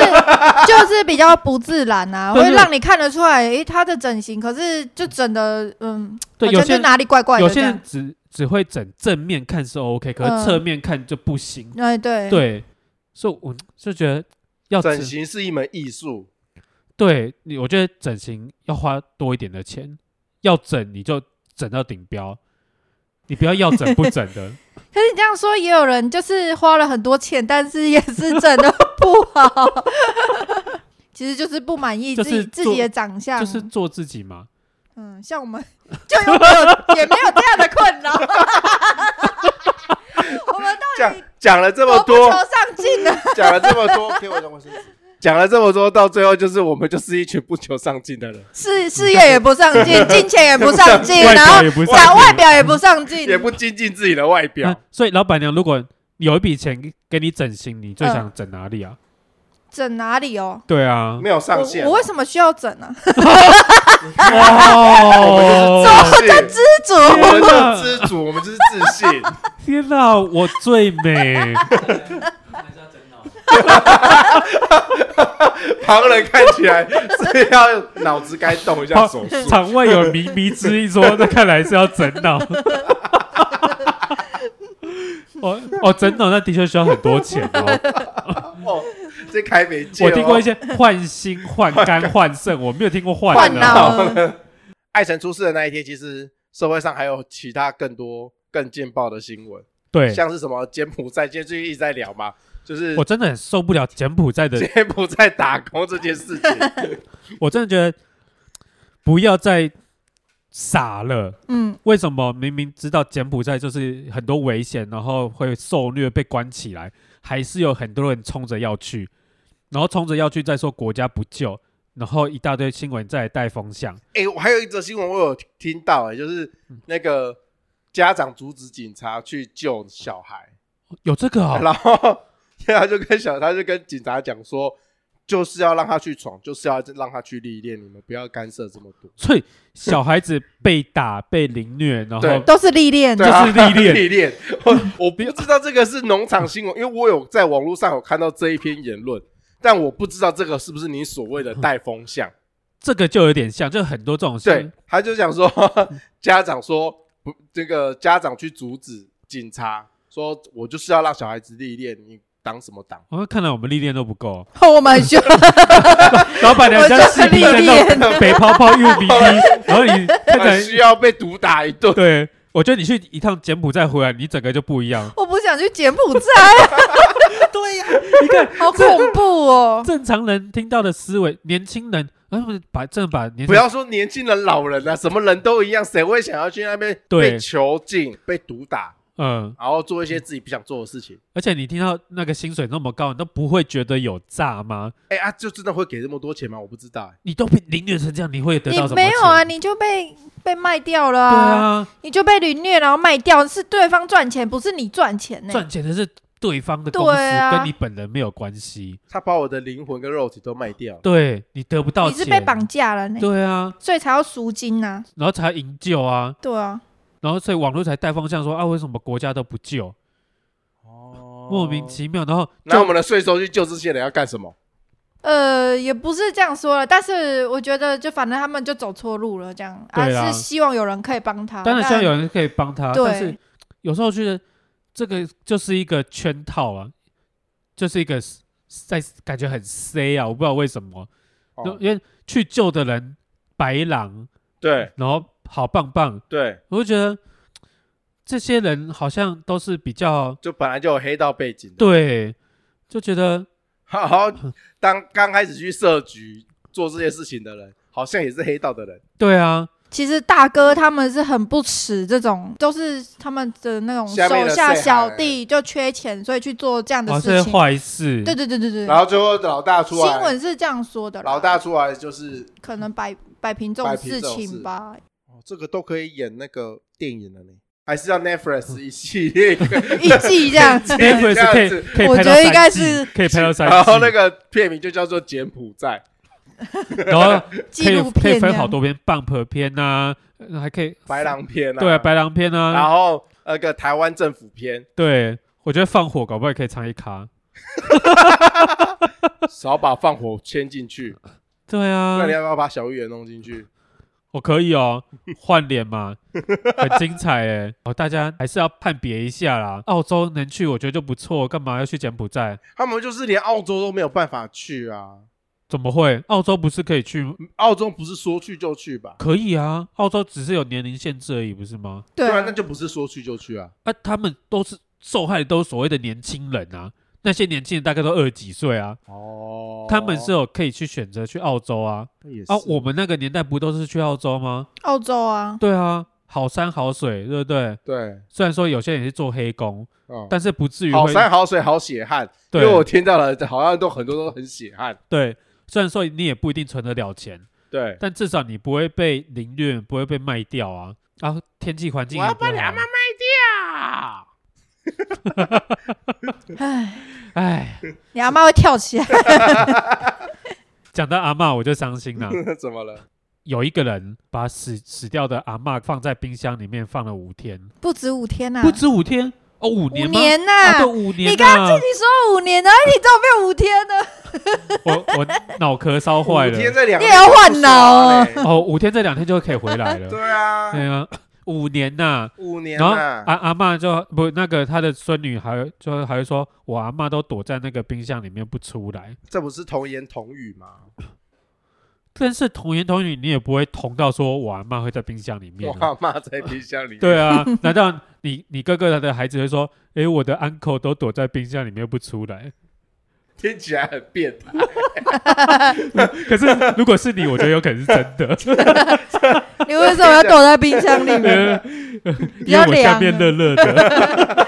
[SPEAKER 2] 就是比较不自然啊，
[SPEAKER 1] 对
[SPEAKER 2] 会
[SPEAKER 1] 对
[SPEAKER 2] 让你看得出来，诶、他的整形，可是就整的，嗯，
[SPEAKER 1] 对，
[SPEAKER 2] 好
[SPEAKER 1] 有
[SPEAKER 2] 像
[SPEAKER 1] 些
[SPEAKER 2] 就哪里怪怪
[SPEAKER 1] 有
[SPEAKER 2] 的这
[SPEAKER 1] 些
[SPEAKER 2] 样
[SPEAKER 1] 人。只只会整正面看是 OK，可是
[SPEAKER 2] 嗯
[SPEAKER 1] 侧面看就不行。
[SPEAKER 2] 哎，对，
[SPEAKER 1] 对，所以我就觉得要
[SPEAKER 3] 整
[SPEAKER 1] 整
[SPEAKER 3] 形是一门艺术，
[SPEAKER 1] 对你，我觉得整形要花多一点的钱，要整你就整到顶标，你不要要整不整 的。
[SPEAKER 2] 可是你这样说，也有人就是花了很多钱，但是也是整的不好，其实就是不满意
[SPEAKER 1] 就
[SPEAKER 2] 自
[SPEAKER 1] 是
[SPEAKER 2] 己自
[SPEAKER 1] 做
[SPEAKER 2] 己的长相，
[SPEAKER 1] 就是做自己嘛。
[SPEAKER 2] 嗯，像我们 就又没有也没有这样的困扰。 我们到
[SPEAKER 3] 讲
[SPEAKER 2] 底
[SPEAKER 3] 讲了这么
[SPEAKER 2] 多不
[SPEAKER 3] 多
[SPEAKER 2] 求，上进呢？
[SPEAKER 3] 讲了这么多，给我一张卫生纸。讲了这么多，到最后就是我们就是一群不求上进的人，
[SPEAKER 2] 事事业也不上进，金钱也不上进，
[SPEAKER 1] 外
[SPEAKER 2] 然
[SPEAKER 1] 表
[SPEAKER 2] 后
[SPEAKER 1] 也不上
[SPEAKER 2] 讲
[SPEAKER 1] 镜
[SPEAKER 2] 外表也不上
[SPEAKER 1] 嗯
[SPEAKER 2] 进，
[SPEAKER 3] 也不精进自己的外表
[SPEAKER 1] 那。所以老板娘如果有一笔钱给你整形，你最
[SPEAKER 2] 嗯
[SPEAKER 1] 想整哪里啊？
[SPEAKER 2] 整哪里哦？
[SPEAKER 1] 对 啊，
[SPEAKER 3] 没有上限。
[SPEAKER 2] 我我为什么需要整啊 呢、
[SPEAKER 1] 哦，
[SPEAKER 3] 就是自信，
[SPEAKER 2] 知足。
[SPEAKER 3] 我们就是知足，我们就是自信。
[SPEAKER 1] 天哪，我最美，
[SPEAKER 3] 旁人看起来是要脑子该动一下手术。
[SPEAKER 1] 场外有靡靡之音说，那看来是要整 脑。哦哦，整脑那的确需要很多钱 哦。
[SPEAKER 3] 哦，这开没劲、哦。
[SPEAKER 1] 我听过一些换心、换肝、换肾，我没有听过换
[SPEAKER 2] 换
[SPEAKER 1] 脑。
[SPEAKER 2] 脑了。
[SPEAKER 3] 爱神出事的那一天，其实社会上还有其他更多更劲爆的新闻，
[SPEAKER 1] 对，
[SPEAKER 3] 像是什么柬埔寨，今天最近一直在聊嘛，就是
[SPEAKER 1] 我真的很受不了柬埔寨的
[SPEAKER 3] 柬埔寨打工这件事情。
[SPEAKER 1] 我真的觉得不要再傻了。
[SPEAKER 2] 嗯，
[SPEAKER 1] 为什么明明知道柬埔寨就是很多危险，然后会受虐被关起来，还是有很多人冲着要去，然后冲着要去再说国家不救，然后一大堆新闻再来带风向。
[SPEAKER 3] 哎、我还有一则新闻我有听到、哎，就是那个家长阻止警察去救小孩。
[SPEAKER 1] 有这个哦，
[SPEAKER 3] 然后他就跟小，他就跟警察讲说，就是要让他去闯，就是要让他去历练，你们不要干涉这么多。
[SPEAKER 1] 所以小孩子被打、被凌虐，然
[SPEAKER 3] 对
[SPEAKER 1] 后
[SPEAKER 2] 都是历练
[SPEAKER 3] 对。啊
[SPEAKER 1] 就是历练
[SPEAKER 3] 历练。 我我不知道这个是农场新闻，因为我有在网络上有看到这一篇言论，但我不知道这个是不是你所谓的带风向。
[SPEAKER 1] 这个就有点像，就很多这种
[SPEAKER 3] 对
[SPEAKER 1] 事。，
[SPEAKER 3] 他就想说， 家长说不，这个家长去阻止警察，说我就是要让小孩子历练，你挡什么挡？
[SPEAKER 1] 我、看来我们历练都不够，
[SPEAKER 2] 我们很需要，
[SPEAKER 1] 老板娘
[SPEAKER 2] 我
[SPEAKER 1] 像
[SPEAKER 2] 就是
[SPEAKER 1] 细皮在
[SPEAKER 2] 历。
[SPEAKER 1] 弄北泡泡玉米冰，然后你看起来
[SPEAKER 3] 很需要被毒打一顿。
[SPEAKER 1] 对，我觉得你去一趟柬埔寨回来，你整个就不一样
[SPEAKER 2] 我不想去柬埔寨，
[SPEAKER 1] 对呀、你看
[SPEAKER 2] 好恐怖哦！
[SPEAKER 1] 正常人听到的思维，年轻人，啊，不是把真的把年轻
[SPEAKER 3] 不要说年轻人、老人啊，什么人都一样，谁会想要去那边
[SPEAKER 1] 对
[SPEAKER 3] 被囚禁、被毒打，
[SPEAKER 1] 嗯，
[SPEAKER 3] 然后做一些自己不想做的事情？
[SPEAKER 1] 而且你听到那个薪水那么高，你都不会觉得有诈吗？
[SPEAKER 3] 哎、啊，就真的会给这么多钱吗？我不知道、哎
[SPEAKER 1] 你都被凌虐成这样，你会得
[SPEAKER 2] 你
[SPEAKER 1] 到什么？
[SPEAKER 2] 没有啊，？你就被被卖掉了
[SPEAKER 1] 对
[SPEAKER 2] 啊，
[SPEAKER 1] 啊，
[SPEAKER 2] 你就被凌虐，然后卖掉，是对方赚钱，不是你赚钱欸呢。
[SPEAKER 1] 赚钱的是对方的公司，
[SPEAKER 2] 对啊
[SPEAKER 1] 跟你本人没有关系。
[SPEAKER 3] 他把我的灵魂跟肉体都卖掉了。
[SPEAKER 1] 对你得不到
[SPEAKER 2] 你
[SPEAKER 1] 钱，
[SPEAKER 2] 是被绑架了呢，
[SPEAKER 1] 对啊，
[SPEAKER 2] 所以才要赎金呐。
[SPEAKER 1] 然后才营救啊，
[SPEAKER 2] 对啊，
[SPEAKER 1] 然后所以网络才带风向说啊，为什么国家都不救？
[SPEAKER 3] 哦
[SPEAKER 1] 莫名其妙，然后
[SPEAKER 3] 那我们的税收去救这些人要干什么？
[SPEAKER 2] 呃，也不是这样说了，但是我觉得就反正他们就走错路了，这样啊
[SPEAKER 1] 对啦
[SPEAKER 2] 是希望有人可以帮他，
[SPEAKER 1] 当然希
[SPEAKER 2] 但
[SPEAKER 1] 望有人可以帮他，
[SPEAKER 2] 对
[SPEAKER 1] 但是有时候觉得这个就是一个圈套啊，就是一个 s- 在感觉很 C 啊，我不知道为什么，
[SPEAKER 3] 哦、
[SPEAKER 1] 因为去救的人白狼，
[SPEAKER 3] 对
[SPEAKER 1] 然后好棒棒，
[SPEAKER 3] 对，
[SPEAKER 1] 我就觉得这些人好像都是比较
[SPEAKER 3] 就本来就有黑道背景的，
[SPEAKER 1] 对，就觉得
[SPEAKER 3] 好 好当刚开始去设局做这些事情的人，好像也是黑道的人，
[SPEAKER 1] 对啊，
[SPEAKER 2] 其实大哥他们是很不耻这种，都是他们的那种
[SPEAKER 3] 下面
[SPEAKER 2] 手
[SPEAKER 3] 的
[SPEAKER 2] 下
[SPEAKER 3] 谁
[SPEAKER 2] 小
[SPEAKER 3] 还
[SPEAKER 2] 弟就缺钱，所以去做这样的
[SPEAKER 1] 好像
[SPEAKER 2] 事
[SPEAKER 1] 是
[SPEAKER 2] 情。
[SPEAKER 1] 坏事，
[SPEAKER 2] 对对对对对
[SPEAKER 3] 然，后最后老大出
[SPEAKER 2] 新
[SPEAKER 3] 来，
[SPEAKER 2] 闻是这样说的啦。
[SPEAKER 3] 老大出来就是
[SPEAKER 2] 可能摆摆平这
[SPEAKER 3] 摆
[SPEAKER 2] 种
[SPEAKER 3] 平这
[SPEAKER 2] 事
[SPEAKER 3] 种事
[SPEAKER 2] 情吧，
[SPEAKER 3] 哦，这个都可以演那个电影了呢，嗯还是要 Netflix 一系 列一个
[SPEAKER 2] 一季这样子
[SPEAKER 1] n。e t f l
[SPEAKER 3] 这样
[SPEAKER 1] i 可以
[SPEAKER 3] 子
[SPEAKER 1] 可以
[SPEAKER 2] 我
[SPEAKER 1] 拍到
[SPEAKER 2] 觉得应
[SPEAKER 1] 三
[SPEAKER 2] 该
[SPEAKER 1] 季
[SPEAKER 2] 是
[SPEAKER 1] 可以拍到三季，
[SPEAKER 3] 然后那个片名就叫做柬埔寨，
[SPEAKER 1] 然后
[SPEAKER 2] 纪
[SPEAKER 1] 可以
[SPEAKER 2] 录
[SPEAKER 1] 可以
[SPEAKER 2] 片这
[SPEAKER 1] 分
[SPEAKER 2] 样
[SPEAKER 1] 好多篇，bump 篇呐、呃还可以
[SPEAKER 3] 白狼片啊，
[SPEAKER 1] 对白狼篇
[SPEAKER 3] 然
[SPEAKER 1] 啊，
[SPEAKER 3] 后那个台湾政府片，
[SPEAKER 1] 对我觉得放火搞不好也可以唱一卡，
[SPEAKER 3] 少把放火牵进 去，
[SPEAKER 1] 对啊
[SPEAKER 3] 那，你要不要把小玉也弄进去？
[SPEAKER 1] 我可以哦，换脸嘛，很精彩哎，哦，大家还是要判别一下啦，澳洲能去我觉得就不错，干嘛要去柬埔寨？
[SPEAKER 3] 他们就是连澳洲都没有办法去啊，嗯
[SPEAKER 1] 怎么会？澳洲不是可以去？
[SPEAKER 3] 澳洲不是说去就去吧？
[SPEAKER 1] 可以啊，澳洲只是有年龄限制而已，不是吗？
[SPEAKER 2] 对
[SPEAKER 3] 啊，
[SPEAKER 2] 啊
[SPEAKER 3] 那，就不是说去就去啊。
[SPEAKER 1] 啊，他们都是受害的都是所谓的年轻人啊，那些年轻人大概都二十几岁啊，
[SPEAKER 3] 哦
[SPEAKER 1] 他们是有可以去选择去澳洲啊。
[SPEAKER 3] 也是
[SPEAKER 1] 啊，我们那个年代不都是去澳洲吗？
[SPEAKER 2] 澳洲啊，
[SPEAKER 1] 对啊，好山好水，对不对？
[SPEAKER 3] 对，
[SPEAKER 1] 虽然说有些人也是做黑工，
[SPEAKER 3] 嗯，
[SPEAKER 1] 但是不至于
[SPEAKER 3] 好
[SPEAKER 1] 会
[SPEAKER 3] 山好水好血汗，因为我
[SPEAKER 1] 对
[SPEAKER 3] 听到了，好像都很多都很血汗，
[SPEAKER 1] 对。虽然说你也不一定存得了钱，
[SPEAKER 3] 对，
[SPEAKER 1] 但至少你不会被凌虐，不会被卖掉啊。啊，天气环境
[SPEAKER 3] 我要
[SPEAKER 1] 也不
[SPEAKER 3] 把你
[SPEAKER 1] 好
[SPEAKER 3] 阿
[SPEAKER 1] 啊
[SPEAKER 3] 妈卖
[SPEAKER 2] 唉，
[SPEAKER 1] 哎，
[SPEAKER 2] 你阿妈会跳起来。
[SPEAKER 1] 讲到阿嬷我就伤心了。
[SPEAKER 3] 掉，怎么了？
[SPEAKER 1] 有一个人把死死掉的阿嬷放在冰箱里面放了五天，
[SPEAKER 2] 不止五天呐、
[SPEAKER 1] 不止五天哦，五
[SPEAKER 2] 嗯五
[SPEAKER 1] 年吗？
[SPEAKER 2] 年
[SPEAKER 1] 啊，
[SPEAKER 2] 呐、
[SPEAKER 1] 对，五年、啊。
[SPEAKER 2] 你刚刚自己说五年的，哎你怎么变五天 的？
[SPEAKER 1] 我我脑壳烧坏
[SPEAKER 3] 五天
[SPEAKER 1] 了。
[SPEAKER 3] 这两个
[SPEAKER 2] 你也要换脑哦
[SPEAKER 3] 不爽嘞
[SPEAKER 1] 哦，五天这两天就可以回来了。
[SPEAKER 3] 对啊，
[SPEAKER 1] 对啊，五年呐、
[SPEAKER 3] 五年
[SPEAKER 1] 然后
[SPEAKER 3] 呐，
[SPEAKER 1] 阿阿嬷就不那个她的孙女还就还会说，我阿嬷都躲在那个冰箱里面不出来。
[SPEAKER 3] 这不是童言童语吗？
[SPEAKER 1] 但是童言童语，你也不会同到说我阿嬷会在冰箱里面
[SPEAKER 3] 我
[SPEAKER 1] 啊、
[SPEAKER 3] 阿妈在冰箱里，
[SPEAKER 1] 对 啊，难道你你哥哥的孩子会说，诶，我的 uncle 都躲在冰箱里面不出来？
[SPEAKER 3] 听起来很变态，
[SPEAKER 1] 可是如果是你，我觉得有可能是真的，
[SPEAKER 2] 你为什么要躲在冰箱里面？
[SPEAKER 1] 因为我下面热热 的，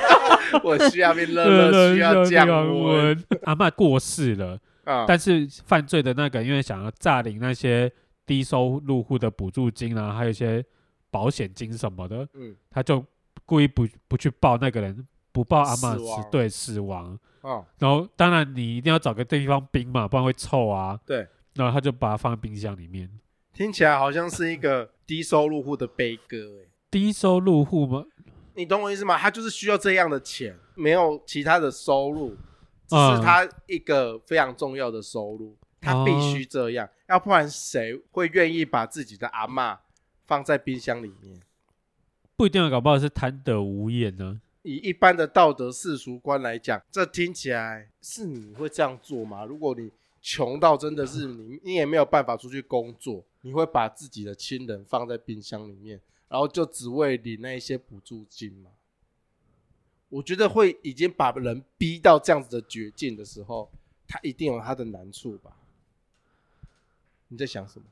[SPEAKER 3] 我需要变乐乐，需要降温。。
[SPEAKER 1] 阿嬷过世了，
[SPEAKER 3] 啊，
[SPEAKER 1] 但是犯罪的那个因为想要诈领那些低收入户的补助金啊，还有一些保险金什么的，
[SPEAKER 3] 嗯，
[SPEAKER 1] 他就故意不不去报那个人，不报阿嬷
[SPEAKER 3] 死亡
[SPEAKER 1] 死对死亡。
[SPEAKER 3] 哦，
[SPEAKER 1] 然后当然你一定要找个地方冰嘛，不然会臭啊。
[SPEAKER 3] 对，
[SPEAKER 1] 然后他就把它放在冰箱里面。
[SPEAKER 3] 听起来好像是一个低收入户的悲歌哎，
[SPEAKER 1] 低收入户吗？
[SPEAKER 3] 你懂我意思吗？他就是需要这样的钱，没有其他的收入，只
[SPEAKER 1] 嗯
[SPEAKER 3] 是他一个非常重要的收入，他必须这样，要不然谁会愿意把自己的阿嬷放在冰箱里面？
[SPEAKER 1] 不一定啊，搞不好是贪得无厌呢、
[SPEAKER 3] 以一般的道德世俗观来讲，这听起来是你会这样做吗？如果你穷到真的 是你，你也没有办法出去工作，你会把自己的亲人放在冰箱里面，然后就只为领那一些补助金吗？我觉得会已经把人逼到这样子的绝境的时候，他一定有他的难处吧？你在想什么？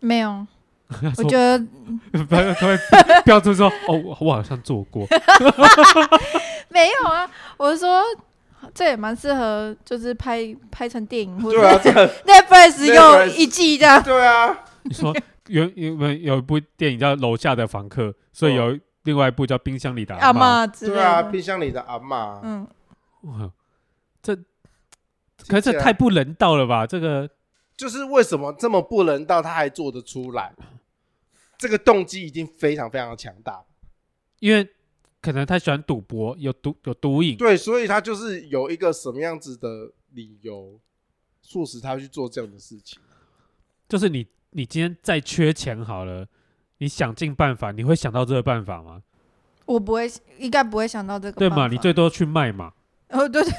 [SPEAKER 2] 没 有，
[SPEAKER 1] 他
[SPEAKER 2] 我
[SPEAKER 1] 说
[SPEAKER 2] 觉得
[SPEAKER 1] 不要，他会标出说：“哦，我我好像做过。
[SPEAKER 2] 没有啊。我是说这也蛮适合，就是拍拍成电影或者
[SPEAKER 3] 对啊，这个
[SPEAKER 2] Netflix 又
[SPEAKER 3] Netflix
[SPEAKER 2] 一季这样。
[SPEAKER 3] 对啊，”
[SPEAKER 1] 你 说有有有有一部电影叫《楼下的房客》，所以
[SPEAKER 3] 哦
[SPEAKER 1] 有另外一部叫《冰箱里的
[SPEAKER 2] 阿
[SPEAKER 1] 阿嬷》。
[SPEAKER 2] 妈之类
[SPEAKER 3] 对啊，
[SPEAKER 2] 的，
[SPEAKER 3] 冰箱里的阿嬷。啊
[SPEAKER 2] 嗯，
[SPEAKER 1] 哇，这可是
[SPEAKER 3] 听
[SPEAKER 1] 这
[SPEAKER 3] 起来
[SPEAKER 1] 太不人道了吧？这个
[SPEAKER 3] 就是为什么这么不人道，他还做得出来？这个动机已经非常非常的强大，
[SPEAKER 1] 因为可能他喜欢赌博，有毒有毒瘾，
[SPEAKER 3] 对，所以他就是有一个什么样子的理由，促使他去做这样的事情。
[SPEAKER 1] 就是你你今天再缺钱好了，你想尽办法，你会想到这个办法吗？
[SPEAKER 2] 我不会，应该不会想到这个
[SPEAKER 1] 对
[SPEAKER 2] 办法。
[SPEAKER 1] 嘛？你最多去卖嘛，
[SPEAKER 2] 哦，对， 对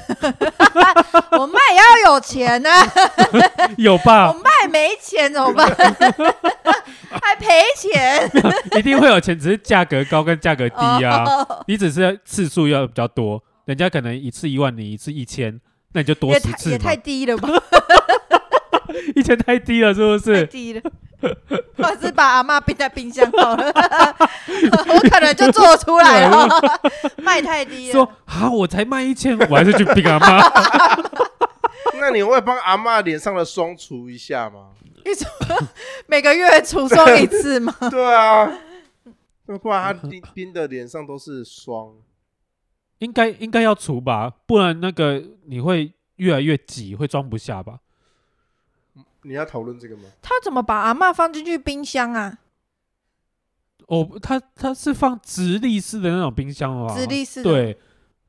[SPEAKER 2] 我卖也要有钱 呐、
[SPEAKER 1] 有
[SPEAKER 2] 我
[SPEAKER 1] 吧？
[SPEAKER 2] 卖没钱怎么办？ 还赔钱？
[SPEAKER 1] 一定会有钱，只是价格高跟价格低啊。
[SPEAKER 2] 哦
[SPEAKER 1] 你只是次数要比较多，人家可能一次一万，你一次一千，那你就多
[SPEAKER 2] 也
[SPEAKER 1] 十
[SPEAKER 2] 太
[SPEAKER 1] 次
[SPEAKER 2] 也
[SPEAKER 1] 嘛
[SPEAKER 2] 太。低了吧，
[SPEAKER 1] 一千太低了，是
[SPEAKER 2] 太
[SPEAKER 1] 不是？
[SPEAKER 2] 低了。或者是把阿妈冰在冰箱好了， 我可能就做出来了，卖太低
[SPEAKER 1] 说
[SPEAKER 2] 了。
[SPEAKER 1] 啊，我才卖一千，我还是去冰阿妈。
[SPEAKER 3] 那你会帮阿嬷脸上的霜除一下吗？
[SPEAKER 2] 你说每个月除霜一次 吗？
[SPEAKER 3] 对啊，那不然他冰冰的脸上都是霜。
[SPEAKER 1] 应该应该要除吧，不然那个你会越来越挤，会装不下吧？
[SPEAKER 3] 你要讨论这个吗？
[SPEAKER 2] 他怎么把阿妈放进去冰箱啊？
[SPEAKER 1] 哦，它它是放直立式的那种冰箱哦，
[SPEAKER 2] 直立式的，，
[SPEAKER 1] 对。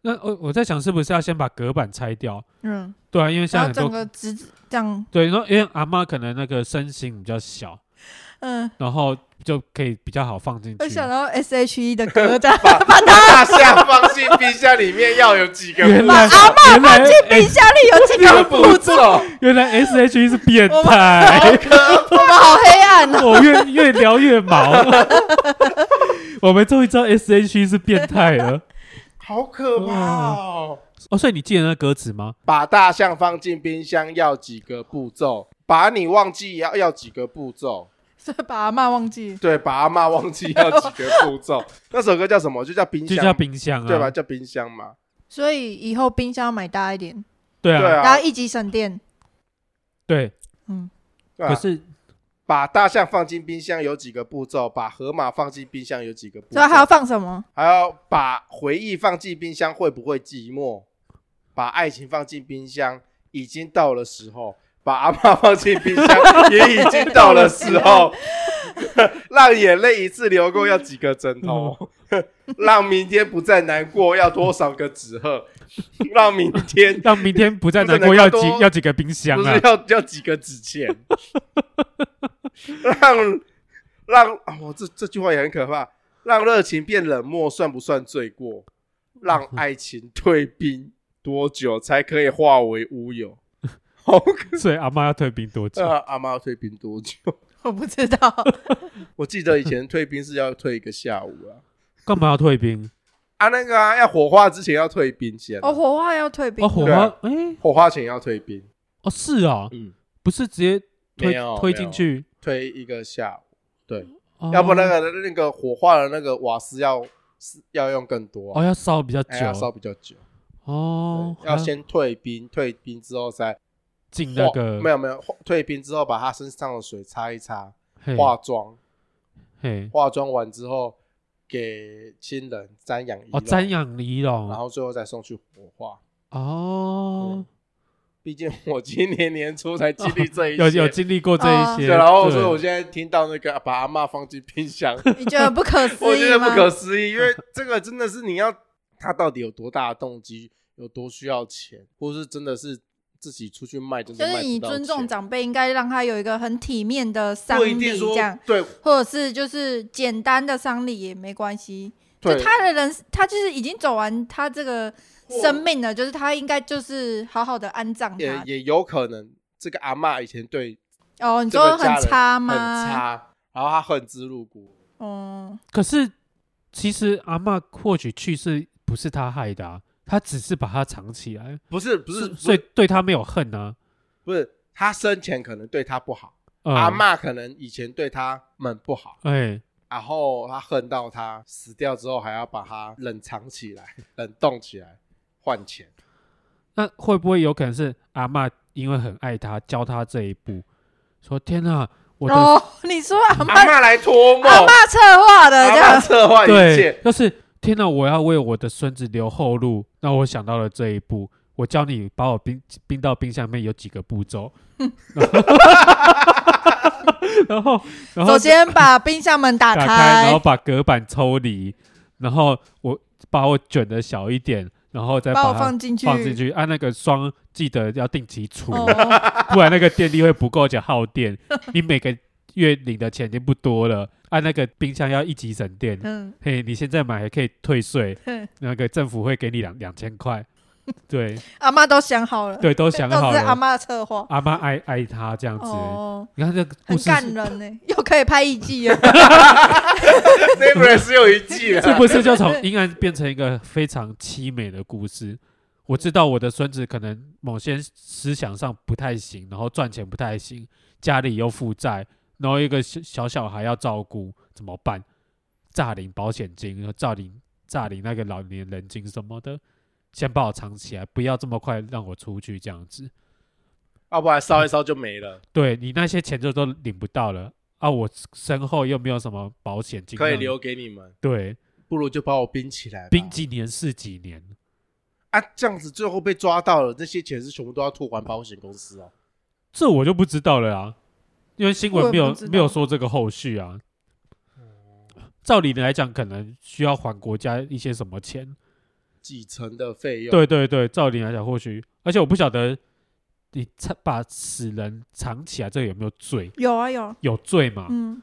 [SPEAKER 1] 那我我在想，是不是要先把隔板拆掉？
[SPEAKER 2] 嗯，
[SPEAKER 1] 对啊，因为现
[SPEAKER 2] 然
[SPEAKER 1] 在
[SPEAKER 2] 后整
[SPEAKER 1] 很多
[SPEAKER 2] 个直直这样，
[SPEAKER 1] 对，然后因为阿妈可能那个身形比较小，
[SPEAKER 2] 嗯，
[SPEAKER 1] 然后就可以比较好放进去。
[SPEAKER 2] 我想到 S H E 的歌单，
[SPEAKER 3] 把大象放进冰箱里面要有几个
[SPEAKER 1] 原
[SPEAKER 3] 步
[SPEAKER 1] 来
[SPEAKER 2] 阿
[SPEAKER 1] 妈
[SPEAKER 2] 放进
[SPEAKER 1] 哎
[SPEAKER 2] 冰箱里有几
[SPEAKER 3] 这个
[SPEAKER 2] 个
[SPEAKER 3] 步
[SPEAKER 2] 步
[SPEAKER 3] 骤
[SPEAKER 2] 骤，，
[SPEAKER 1] 原来 S H E 是变
[SPEAKER 2] 我
[SPEAKER 1] 态，
[SPEAKER 2] 我们好黑暗 哦！
[SPEAKER 1] 我越越聊越毛。 我们终于知道 S H E 是变态了，
[SPEAKER 3] 好可怕哦！
[SPEAKER 1] 哦，所以你记得那歌词吗？
[SPEAKER 3] 把大象放进冰箱要几个步骤？把你忘记要要几个步骤？
[SPEAKER 2] 是把阿妈忘记。
[SPEAKER 3] 对，把阿妈忘记要几个步骤？ 那首歌叫什么？就叫冰
[SPEAKER 1] 就
[SPEAKER 3] 箱，
[SPEAKER 1] 叫冰箱啊，
[SPEAKER 3] 对吧？？叫冰箱嘛。
[SPEAKER 2] 所以以后冰箱要买大一点，
[SPEAKER 1] 对
[SPEAKER 3] 对
[SPEAKER 1] 啊，
[SPEAKER 2] 然
[SPEAKER 3] 啊
[SPEAKER 2] 后，一级省电。
[SPEAKER 1] 对。
[SPEAKER 2] 嗯，
[SPEAKER 3] 对啊
[SPEAKER 1] 可
[SPEAKER 3] 吧？
[SPEAKER 1] 是
[SPEAKER 3] 把大象放进冰箱有几个步骤？把河马放进冰箱有几个步骤？
[SPEAKER 2] 所以还要放什么？
[SPEAKER 3] 还要把回忆放进冰箱会不会寂寞？把爱情放进冰箱已经到了时候，把阿妈放进冰箱也已经到了时候。让眼泪一次流过要几个枕头？ 让明天不再难过要多少个纸鹤？让明天
[SPEAKER 1] 让明天不再难
[SPEAKER 3] 不
[SPEAKER 1] 过，
[SPEAKER 3] 是难
[SPEAKER 1] 要
[SPEAKER 3] 过
[SPEAKER 1] 几要几个冰箱
[SPEAKER 3] 不
[SPEAKER 1] 啊
[SPEAKER 3] 是？要要几个纸钱？让让啊我、这这句话也很可怕。让热情变冷漠算不算罪过？让爱情退冰多久才可以化为乌有？好可
[SPEAKER 1] 所以阿妈要退冰多久？
[SPEAKER 3] 怕！阿妈要退冰多久？
[SPEAKER 2] 我不知道。
[SPEAKER 3] 我记得以前退冰是要退一个下午啊。
[SPEAKER 1] 干嘛要退冰？哦
[SPEAKER 3] 啊，那个啊，要火化之前要退冰先啊、
[SPEAKER 2] 哦，火化要退冰
[SPEAKER 1] 哦，。火
[SPEAKER 3] 对
[SPEAKER 1] 花
[SPEAKER 3] 啊，
[SPEAKER 1] 哎，
[SPEAKER 3] 火化前要退冰，
[SPEAKER 1] 哦是哦，
[SPEAKER 3] 嗯，
[SPEAKER 1] 不是直接推
[SPEAKER 3] 没有
[SPEAKER 1] 推
[SPEAKER 3] 没
[SPEAKER 1] 进
[SPEAKER 3] 有
[SPEAKER 1] 去，
[SPEAKER 3] 退一个下午，对，
[SPEAKER 1] 哦
[SPEAKER 3] 要不那个那个火化的那个瓦斯要是要用更多、
[SPEAKER 1] 哦要烧比较
[SPEAKER 3] 哎要烧
[SPEAKER 1] 久
[SPEAKER 3] 比较久，
[SPEAKER 1] 哦，
[SPEAKER 3] 对要先退冰，退冰之后再
[SPEAKER 1] 进那
[SPEAKER 3] 化
[SPEAKER 1] 个
[SPEAKER 3] 没有没有化退冰之后把他身上的水擦一擦，
[SPEAKER 1] 嘿
[SPEAKER 3] 化妆，
[SPEAKER 1] 嘿
[SPEAKER 3] 化妆完之后给亲人瞻仰仪
[SPEAKER 1] 哦
[SPEAKER 3] 容，
[SPEAKER 1] 瞻仰仪
[SPEAKER 3] 然
[SPEAKER 1] 容
[SPEAKER 3] 后最后再送去火化。
[SPEAKER 1] 哦，
[SPEAKER 3] 毕竟我今年年初才经历这一切，
[SPEAKER 1] 有有经历过这一
[SPEAKER 2] 哦
[SPEAKER 1] 些，
[SPEAKER 3] 对，然后
[SPEAKER 1] 对
[SPEAKER 3] 所以我现在听到那个把阿嬷放进 冰箱，
[SPEAKER 2] 你觉得不可思议吗？
[SPEAKER 3] 我觉得不可思议，因为这个真的是你要他到底有多大的动机，有多需要钱，或是真的是自己出去卖，真
[SPEAKER 2] 就
[SPEAKER 3] 的
[SPEAKER 2] 是
[SPEAKER 3] 卖
[SPEAKER 2] 你
[SPEAKER 3] 不到
[SPEAKER 2] 尊
[SPEAKER 3] 钱
[SPEAKER 2] 重长辈，应该让他有一个很体面的丧
[SPEAKER 3] 不一
[SPEAKER 2] 礼，
[SPEAKER 3] 定说
[SPEAKER 2] 这样，
[SPEAKER 3] 对
[SPEAKER 2] 或者是就是简单的丧礼也没关系。就
[SPEAKER 3] 对，
[SPEAKER 2] 他的人，他就是已经走完他这个
[SPEAKER 3] 或
[SPEAKER 2] 生命了，就是他应该就是好好的安葬
[SPEAKER 3] 也
[SPEAKER 2] 他。
[SPEAKER 3] 也有可能这个阿嬷以前对
[SPEAKER 2] 哦，你
[SPEAKER 3] 这个
[SPEAKER 2] 说很
[SPEAKER 3] 家人
[SPEAKER 2] 差
[SPEAKER 3] 很
[SPEAKER 2] 吗？。
[SPEAKER 3] 差，然后他恨之入骨，
[SPEAKER 2] 嗯，
[SPEAKER 1] 可是其实阿嬷或许去世不是他害的啊，他只是把它藏起来，
[SPEAKER 3] 不是不是
[SPEAKER 1] 所
[SPEAKER 3] 不
[SPEAKER 1] 所以
[SPEAKER 3] 是
[SPEAKER 1] 对他没有恨啊。
[SPEAKER 3] 不是他生前可能对他不好，
[SPEAKER 1] 嗯
[SPEAKER 3] 阿嬷可能以前对他们不好。
[SPEAKER 1] 哎，
[SPEAKER 3] 然后他恨到他死掉之后，还要把它冷藏起来、冷冻起来换钱。
[SPEAKER 1] 那会不会有可能是阿嬷因为很爱他，教他这一步，说天哪，我的、
[SPEAKER 2] 哦， 你说阿妈
[SPEAKER 3] 阿妈来托梦，
[SPEAKER 2] 阿妈策划的这
[SPEAKER 3] 阿妈
[SPEAKER 2] 样，
[SPEAKER 3] 策划一
[SPEAKER 1] 对
[SPEAKER 3] 切，，
[SPEAKER 1] 就是天哪，我要为我的孙子留后路。那我想到了这一步，我教你把我冰冰到冰箱里面有几个步 骤。然后，然后
[SPEAKER 2] 首先把冰箱门打
[SPEAKER 1] 打开，然后
[SPEAKER 2] 开，
[SPEAKER 1] 把隔板抽离，然后我把我卷的小一点，然后再
[SPEAKER 2] 把我
[SPEAKER 1] 它
[SPEAKER 2] 放进去。
[SPEAKER 1] 放进去。按、那个霜记得要定期除，
[SPEAKER 2] 哦，
[SPEAKER 1] 不然那个电力会不够，而且耗电。你每个月领的钱已经不多了，按、那个冰箱要一级省电。
[SPEAKER 2] 嗯，
[SPEAKER 1] 嘿，你现在买还可以退税
[SPEAKER 2] 嗯，
[SPEAKER 1] 那个政府会给你两两千 块。对
[SPEAKER 2] 阿妈都想好了，
[SPEAKER 1] 对，都想好
[SPEAKER 2] 都是阿
[SPEAKER 1] 了。
[SPEAKER 2] 妈的策划。
[SPEAKER 1] 阿妈爱爱他这样子，
[SPEAKER 2] 哦，
[SPEAKER 1] 你看这个故
[SPEAKER 2] 很
[SPEAKER 1] 事
[SPEAKER 2] 感
[SPEAKER 1] 是，
[SPEAKER 2] 人呢，又可以拍艺伎了。
[SPEAKER 3] 那本是有一季
[SPEAKER 1] 这
[SPEAKER 3] 了。
[SPEAKER 1] 不是就从阴暗变成一个非常凄美的故事？我知道我的孙子可能某些思想上不太行，然后赚钱不太行，家里又负债，然后一个小小小孩要照顾，怎么办？诈领保险金，然后诈领诈领那个老年人金什么的，先把我藏起来，不要这么快让我出去这样子。
[SPEAKER 3] 要不然烧一烧就没了，
[SPEAKER 1] 对你那些钱就都领不到了啊！我身后又没有什么保险金，
[SPEAKER 3] 可以留。啊给你们，
[SPEAKER 1] 对，
[SPEAKER 3] 不如就把我冰起来吧。
[SPEAKER 1] 冰几年是几年？
[SPEAKER 3] 啊，这样子最后被抓到了，这些钱是全部都要吐还保险公司哦。
[SPEAKER 1] 这我就不知道了啊，因为新闻没
[SPEAKER 2] 我
[SPEAKER 1] 有
[SPEAKER 2] 也不知道
[SPEAKER 1] 没有说这个后续啊。照理来讲，可能需要还国家一些什么钱。
[SPEAKER 3] 继承的费用，
[SPEAKER 1] 对对对，照理来讲，或许，而且我不晓得你藏把死人藏起来，这个有没有罪？
[SPEAKER 2] 有啊有啊，
[SPEAKER 1] 有罪嘛？
[SPEAKER 2] 嗯，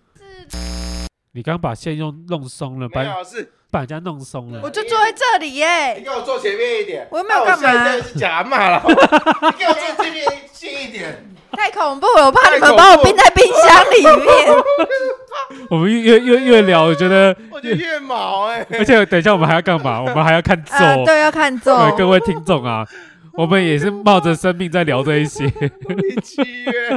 [SPEAKER 1] 你刚把线用弄松了，把
[SPEAKER 3] 没有是，
[SPEAKER 1] 把人家弄松了
[SPEAKER 2] 我。就坐在这里
[SPEAKER 3] 你
[SPEAKER 2] 耶。
[SPEAKER 3] 给我坐前面一点。
[SPEAKER 2] 我又没有
[SPEAKER 3] 啊
[SPEAKER 2] 干嘛
[SPEAKER 3] 现在是假 骂了，你给我坐前面近一点。
[SPEAKER 2] 太恐怖了，我怕
[SPEAKER 3] 太
[SPEAKER 2] 你
[SPEAKER 3] 恐
[SPEAKER 2] 们
[SPEAKER 3] 怖
[SPEAKER 2] 把我冰在冰箱里面。
[SPEAKER 1] 我们越越越聊，我觉得，
[SPEAKER 3] 我觉得越毛哎、
[SPEAKER 1] 而且等一下我们还要干 嘛？我们还要看咒。
[SPEAKER 2] 啊，对，要看咒，
[SPEAKER 1] 对各位听众啊，我们也是冒着生命在聊这一些。
[SPEAKER 3] 农历七月，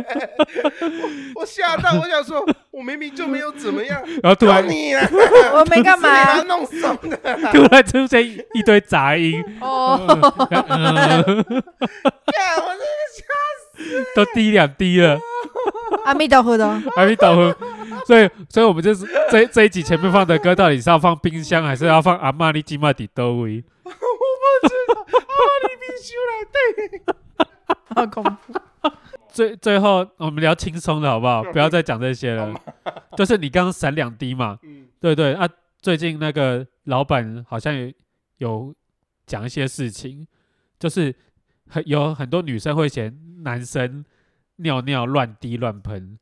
[SPEAKER 3] 我我吓到，我想说，我明明就没有怎么样，
[SPEAKER 1] 然后突然
[SPEAKER 3] 搞你啊，
[SPEAKER 2] 我没干
[SPEAKER 3] 是
[SPEAKER 2] 嘛
[SPEAKER 3] 你把它弄松的啦，
[SPEAKER 1] 突然出现一一堆杂音，
[SPEAKER 2] 哦，
[SPEAKER 3] 干我这
[SPEAKER 1] 都滴两滴了，
[SPEAKER 2] 阿弥陀佛的，
[SPEAKER 1] 还没倒昏。所以，所以我们就是这这一集前面放的歌，到底是要放冰箱，还是要放阿玛尼基玛底多维？
[SPEAKER 2] 好恐怖。
[SPEAKER 1] 最最后，我们聊轻松的好不好？不要再讲这些了。 就是你刚刚闪两滴嘛，
[SPEAKER 3] 嗯，
[SPEAKER 1] 对对啊，最近那个老板好像有有讲一些事情，就是很有很多女生会嫌男生尿尿乱滴乱喷，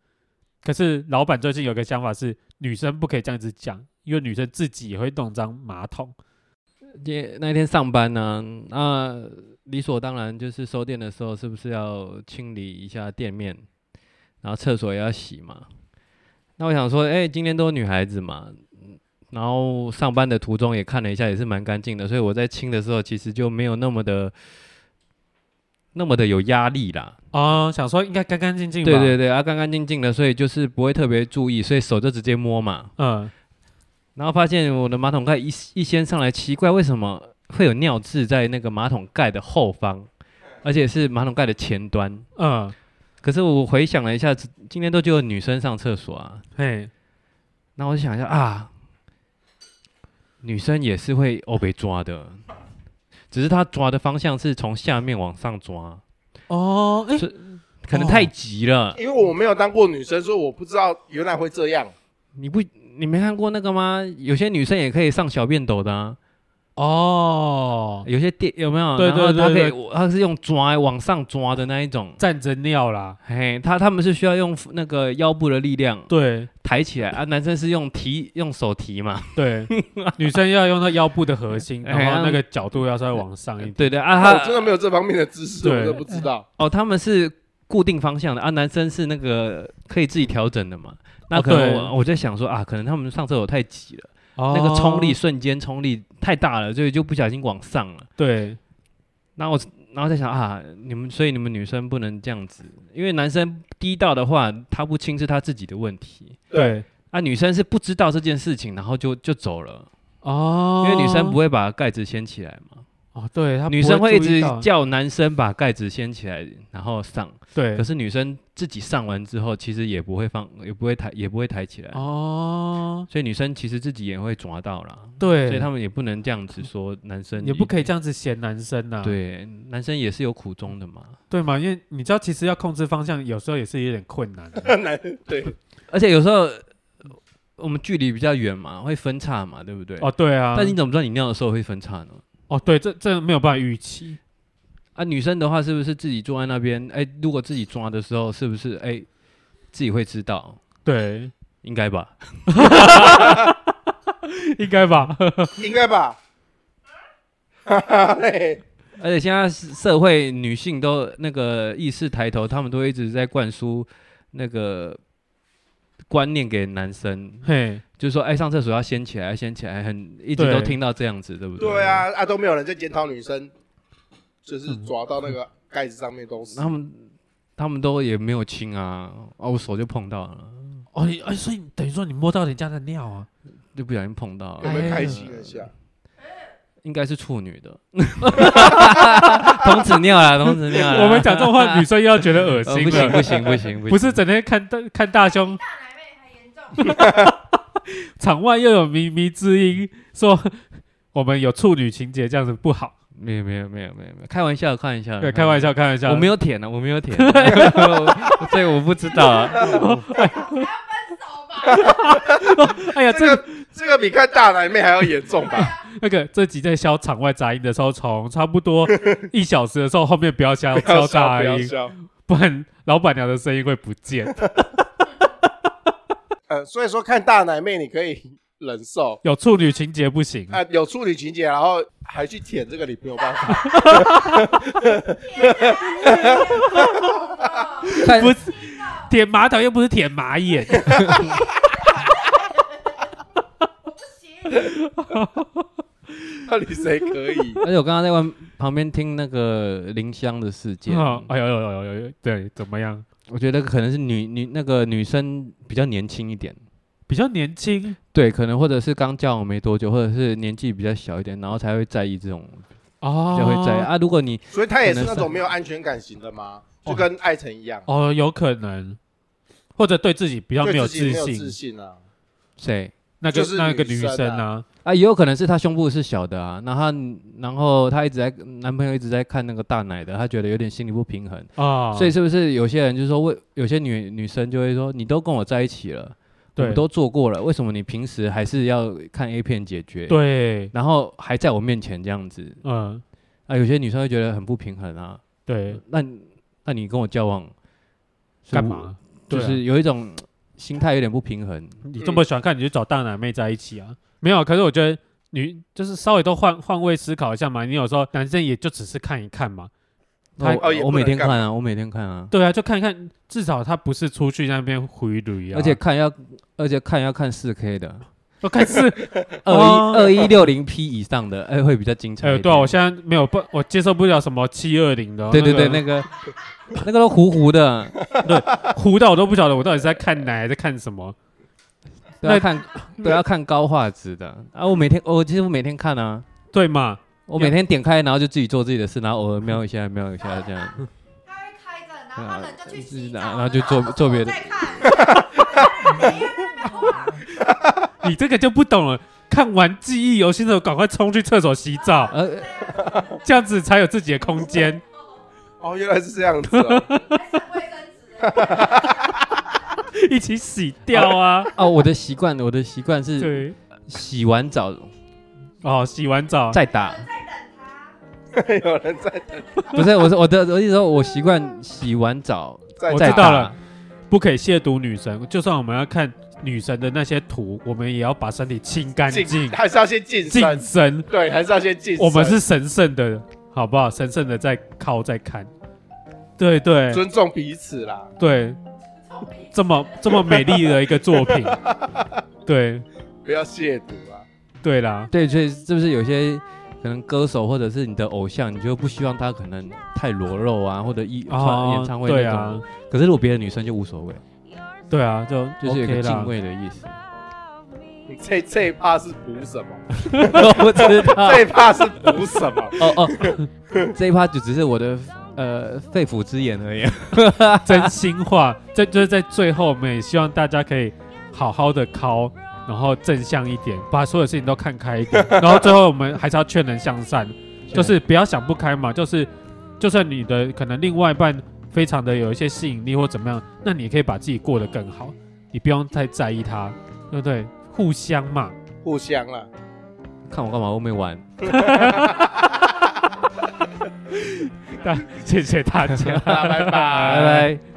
[SPEAKER 1] 可是老板最近有个想法是，女生不可以这样子讲，因为女生自己也会弄脏马桶。
[SPEAKER 4] 也那天上班呢、那理所当然就是收店的时候，是不是要清理一下店面，然后厕所也要洗嘛？那我想说，哎、今天都是女孩子嘛，嗯然后上班的途中也看了一下，也是蛮干净的，所以我在清的时候其实就没有那么的那么的有压力啦。
[SPEAKER 1] 哦，想说应该干干净净吧。
[SPEAKER 4] 对对，对，啊，干干净净的，所以就是不会特别注意，所以手就直接摸嘛。
[SPEAKER 1] 嗯，
[SPEAKER 4] 然后发现我的马桶盖一一掀上来，奇怪，为什么会有尿渍在那个马桶盖的后方，而且是马桶盖的前端？
[SPEAKER 1] 嗯，
[SPEAKER 4] 可是我回想了一下，只今天都只有女生上厕所啊，
[SPEAKER 1] 嘿，
[SPEAKER 4] 那我就想一下啊，女生也是会哦被抓的，只是她抓的方向是从下面往上抓，
[SPEAKER 1] 哦，哎、
[SPEAKER 4] 可能
[SPEAKER 1] 哦
[SPEAKER 4] 太急了。
[SPEAKER 3] 因为我没有当过女生，所以我不知道原来会这样。
[SPEAKER 4] 你不你没看过那个吗？有些女生也可以上小便斗的啊。
[SPEAKER 1] 哦，
[SPEAKER 4] 有些店有没有？
[SPEAKER 1] 对
[SPEAKER 4] 然后
[SPEAKER 1] 对
[SPEAKER 4] 它可
[SPEAKER 1] 对
[SPEAKER 4] 以，我它是用抓往上抓的那一种。
[SPEAKER 1] 站着尿啦，
[SPEAKER 4] 嘿，他他们是需要用那个腰部的力量
[SPEAKER 1] 对
[SPEAKER 4] 抬起来啊，男生是用提用手提嘛，
[SPEAKER 1] 对，女生要用到腰部的核心，
[SPEAKER 4] 哎
[SPEAKER 1] 然后
[SPEAKER 4] 呀
[SPEAKER 1] 那个角度要稍微往上一点。
[SPEAKER 4] 对对啊，
[SPEAKER 3] 啊、我真
[SPEAKER 4] 他
[SPEAKER 3] 的没有这方面的知识，我
[SPEAKER 1] 对
[SPEAKER 3] 真的不知道。
[SPEAKER 4] 哦他们是固定方向的啊，男生是那个可以自己调整的嘛，那
[SPEAKER 1] 哦
[SPEAKER 4] 可能
[SPEAKER 1] 对
[SPEAKER 4] 我、我在想说啊，可能他们上厕所太急了，
[SPEAKER 1] 哦
[SPEAKER 4] 那个冲力瞬间冲力太大了，所以就不小心往上了。
[SPEAKER 1] 对，
[SPEAKER 4] 那我然后在想啊，你们所以你们女生不能这样子，因为男生低到的话，他不清是他自己的问题，
[SPEAKER 1] 对
[SPEAKER 4] 啊女生是不知道这件事情，然后就就走了。
[SPEAKER 1] 哦，
[SPEAKER 4] 因为女生不会把盖子掀起来嘛，
[SPEAKER 1] 哦，对，她不
[SPEAKER 4] 女生会一
[SPEAKER 1] 注
[SPEAKER 4] 直
[SPEAKER 1] 意到
[SPEAKER 4] 叫男生把盖子掀起来，然后上。
[SPEAKER 1] 对
[SPEAKER 4] 可是女生自己上完之后，其实也不会放，也不会抬，也不会抬起来。
[SPEAKER 1] 哦，
[SPEAKER 4] 所以女生其实自己也会抓到啦，
[SPEAKER 1] 对，
[SPEAKER 4] 所以他们也不能这样子说男生
[SPEAKER 1] 也不可以这
[SPEAKER 4] 样。
[SPEAKER 1] 样子嫌男生呐、，啊
[SPEAKER 4] 对，男生也是有苦衷的嘛，
[SPEAKER 1] 对嘛，因为你知道，其实要控制方向，有时候也是有点困难 的。
[SPEAKER 3] 很难对，
[SPEAKER 4] 而且有时候呃我们距离比较远嘛，会分叉嘛，对不对？
[SPEAKER 1] 哦，对啊，
[SPEAKER 4] 但你怎么知道你尿的时候会分叉呢？
[SPEAKER 1] 哦，对，这这没有办法预期。
[SPEAKER 4] 啊，女生的话是不是自己坐在那边？哎、如果自己抓的时候，是不是哎、自己会知道？
[SPEAKER 1] 对，
[SPEAKER 4] 应该吧？
[SPEAKER 1] 应该吧？
[SPEAKER 3] 应该吧？哈哈 嘞，
[SPEAKER 4] 而且现在社会女性都那个意识抬头，她们都一直在灌输那个观念给男生，
[SPEAKER 1] 嘿，
[SPEAKER 4] 就是说，哎，上厕所要掀起来，掀起来，很一直
[SPEAKER 1] 对
[SPEAKER 4] 都听到这样子，对不对？
[SPEAKER 3] 对。啊，啊都没有人在检讨女生，就是抓到那个盖子上面都是
[SPEAKER 4] 他。们他们都也没有亲啊，哦，我手就碰到了，
[SPEAKER 1] 哦，你哎，所以等于说你摸到人家的尿啊？
[SPEAKER 4] 就不小心碰到
[SPEAKER 3] 有
[SPEAKER 4] 了，
[SPEAKER 3] 没有
[SPEAKER 1] 哎
[SPEAKER 3] 开
[SPEAKER 1] 呀
[SPEAKER 3] 心一下？
[SPEAKER 4] 应该是处女的， 童子尿啦，童子尿啦。
[SPEAKER 1] 我们讲这种话，女生又要觉得恶
[SPEAKER 4] 呃
[SPEAKER 1] 心
[SPEAKER 4] 不行
[SPEAKER 1] 了。
[SPEAKER 4] 不行不行不
[SPEAKER 1] 不
[SPEAKER 4] 行，
[SPEAKER 1] 是整天看大看大胸，场外又有靡靡之音，说我们有处女情节，这样子不好。
[SPEAKER 4] 没有没有没有没有没有，开玩笑开玩笑，
[SPEAKER 1] 对，开玩笑，开玩笑。
[SPEAKER 4] 我没有舔啊，我没有舔、啊，所以我不知道 啊。
[SPEAKER 1] 哎呀，这
[SPEAKER 3] 这个这个比看大奶妹还要严重吧？
[SPEAKER 1] 那个这集在消场外杂音的时候，从差不多一小时的时候后面不要消
[SPEAKER 3] 不要
[SPEAKER 1] 消
[SPEAKER 3] 笑，
[SPEAKER 1] 大
[SPEAKER 3] 不要
[SPEAKER 1] 音，
[SPEAKER 3] 笑。
[SPEAKER 1] 不然老板娘的声音会不见。
[SPEAKER 3] 呃，所以说看大奶妹你可以忍受
[SPEAKER 1] 有处女情节不行，
[SPEAKER 3] 啊，有处女情节，然后还去舔这个，你没有办法。
[SPEAKER 4] 看
[SPEAKER 1] 不是舔马桶又不是舔马眼，
[SPEAKER 3] 到底谁可以？
[SPEAKER 4] 而且我刚刚在外旁边听那个林香的事件，
[SPEAKER 1] 哦哎呦呦呦呦呦，对，怎么样？
[SPEAKER 4] 我觉得可能是女女那个女生比较年轻一点，
[SPEAKER 1] 比较年轻，
[SPEAKER 4] 对，可能或者是刚交往没多久，或者是年纪比较小一点，然后才会在意这种，
[SPEAKER 1] 哦
[SPEAKER 4] 才会在意、啊。如果你
[SPEAKER 3] 所以他也是那种没有安全感型的吗？就跟艾辰一样，
[SPEAKER 1] 哦，有可能，或者对自己比较没
[SPEAKER 3] 对
[SPEAKER 1] 有
[SPEAKER 3] 自己哦没
[SPEAKER 1] 自
[SPEAKER 3] 有
[SPEAKER 1] 信，
[SPEAKER 3] 自信啊。
[SPEAKER 4] 谁
[SPEAKER 1] 那个
[SPEAKER 3] 就是
[SPEAKER 1] 那个
[SPEAKER 3] 女
[SPEAKER 1] 女
[SPEAKER 3] 生
[SPEAKER 1] 生
[SPEAKER 3] 啊
[SPEAKER 1] 啊，
[SPEAKER 4] 啊，也有可能是她胸部是小的啊，然后然后她一直在男朋友一直在看那个大奶的，她觉得有点心理不平衡，
[SPEAKER 1] 啊，
[SPEAKER 4] 所以是不是有些人就是说为有些女女生就会说你都跟我在一起了，我
[SPEAKER 1] 对
[SPEAKER 4] 们都做过了，为什么你平时还是要看 A 片解决？，
[SPEAKER 1] 对，
[SPEAKER 4] 然后还在我面前这样子
[SPEAKER 1] 嗯，
[SPEAKER 4] 啊，有些女生会觉得很不平衡啊，
[SPEAKER 1] 对，
[SPEAKER 4] 那你那你跟我交往是
[SPEAKER 1] 干
[SPEAKER 4] 不
[SPEAKER 1] 嘛？
[SPEAKER 4] 就
[SPEAKER 1] 对啊
[SPEAKER 4] 是有一种心态有点不平衡。
[SPEAKER 1] 你这么喜欢看，你就找大奶妹在一起啊？没有，可是我觉得女就是稍微都换换位思考一下嘛。你有时候男生也就只是看一看嘛，
[SPEAKER 4] 那
[SPEAKER 3] 哦也
[SPEAKER 4] 我我
[SPEAKER 3] 不
[SPEAKER 4] 每
[SPEAKER 3] 能
[SPEAKER 4] 天
[SPEAKER 3] 干
[SPEAKER 4] 看啊，我每天看啊，
[SPEAKER 1] 对啊，就看一看，至少他不是出去那边回旅啊，
[SPEAKER 4] 而且看要而且看要看四 K 的，
[SPEAKER 1] 我看 是，
[SPEAKER 4] 二
[SPEAKER 1] 哦
[SPEAKER 4] 一二一六零 P 以上的，哎，会比较精彩一
[SPEAKER 1] 哎，
[SPEAKER 4] 点。
[SPEAKER 1] 对啊，我现在没有不，我接受不了什么七二零的，
[SPEAKER 4] 对对对，那
[SPEAKER 1] 那
[SPEAKER 4] 个 那个都糊糊的，
[SPEAKER 1] 个糊到我都不晓得我到底是在看奶还是看什么。
[SPEAKER 4] 都要
[SPEAKER 1] 那
[SPEAKER 4] 看都要看高画质的啊！我每天我几乎每天看啊，
[SPEAKER 1] 对嘛？
[SPEAKER 4] 我每天点开，然后就自己做自己的事，然后偶尔瞄一下瞄一下这样。
[SPEAKER 2] 他会开着，然后人就去洗澡，
[SPEAKER 4] 然后就做做别
[SPEAKER 2] 再
[SPEAKER 4] 的
[SPEAKER 2] 看。
[SPEAKER 1] 你这个就不懂了。看完记忆犹新的时候，赶快冲去厕所洗 澡，
[SPEAKER 4] 呃，
[SPEAKER 1] 这样子才有自己的空 间。
[SPEAKER 3] 哦，原来是这样子 哦。
[SPEAKER 1] 一起洗掉啊！
[SPEAKER 4] 哦，我的习惯我的习惯是
[SPEAKER 1] 对，
[SPEAKER 4] 洗完澡
[SPEAKER 1] 哦，洗完澡
[SPEAKER 4] 再打，
[SPEAKER 3] 有人在
[SPEAKER 4] 不是我是我的我一直说我习惯洗完澡
[SPEAKER 3] 在
[SPEAKER 1] 我
[SPEAKER 4] 再
[SPEAKER 1] 知道
[SPEAKER 4] 打
[SPEAKER 1] 了。不可以亵渎女神，就算我们要看女神的那些图，我们也要把身体清干净
[SPEAKER 3] 进，、还是要先晋
[SPEAKER 1] 净
[SPEAKER 3] 升？
[SPEAKER 1] 身。
[SPEAKER 3] 对，还是要先晋升。
[SPEAKER 1] 我们是神圣的，好不好？神圣的在靠在看，对对
[SPEAKER 3] 尊重彼此啦。
[SPEAKER 1] 对，这么这么美丽的一个作 品，对
[SPEAKER 3] 不要亵渎啊！
[SPEAKER 1] 对啦，
[SPEAKER 4] 对，所以是不是有些可能歌手或者是你的偶像，你就不希望他可能太裸露啊，或者一
[SPEAKER 1] 哦
[SPEAKER 4] 唱演唱会
[SPEAKER 1] 对
[SPEAKER 4] 那
[SPEAKER 1] 啊
[SPEAKER 4] 种？可是如果别的女生就无所谓，
[SPEAKER 1] 对啊，就
[SPEAKER 4] 哦就是有一
[SPEAKER 1] OK
[SPEAKER 4] 个
[SPEAKER 1] 啦
[SPEAKER 4] 敬畏的 意思。
[SPEAKER 3] 你这这一趴是补什 么？
[SPEAKER 4] 我知道
[SPEAKER 3] 这一趴是补什么？
[SPEAKER 4] 哦 哦，这一趴就只是我的呃肺腑之言而已。
[SPEAKER 1] 真心话， 这就是在最后，我们也希望大家可以好好的考，然后正向一点，把所有事情都看开一 点。然后最后我们还是要劝人向善，就是不要想不开嘛，就是就算你的可能另外一半非常的有一些吸引力或怎么样，那你也可以把自己过得更好，你不用太在意他，对不对？互相嘛，
[SPEAKER 3] 互相啊啦，
[SPEAKER 4] 看我干嘛？我没玩。
[SPEAKER 1] 谢谢大家，
[SPEAKER 3] 拜拜
[SPEAKER 4] 拜拜。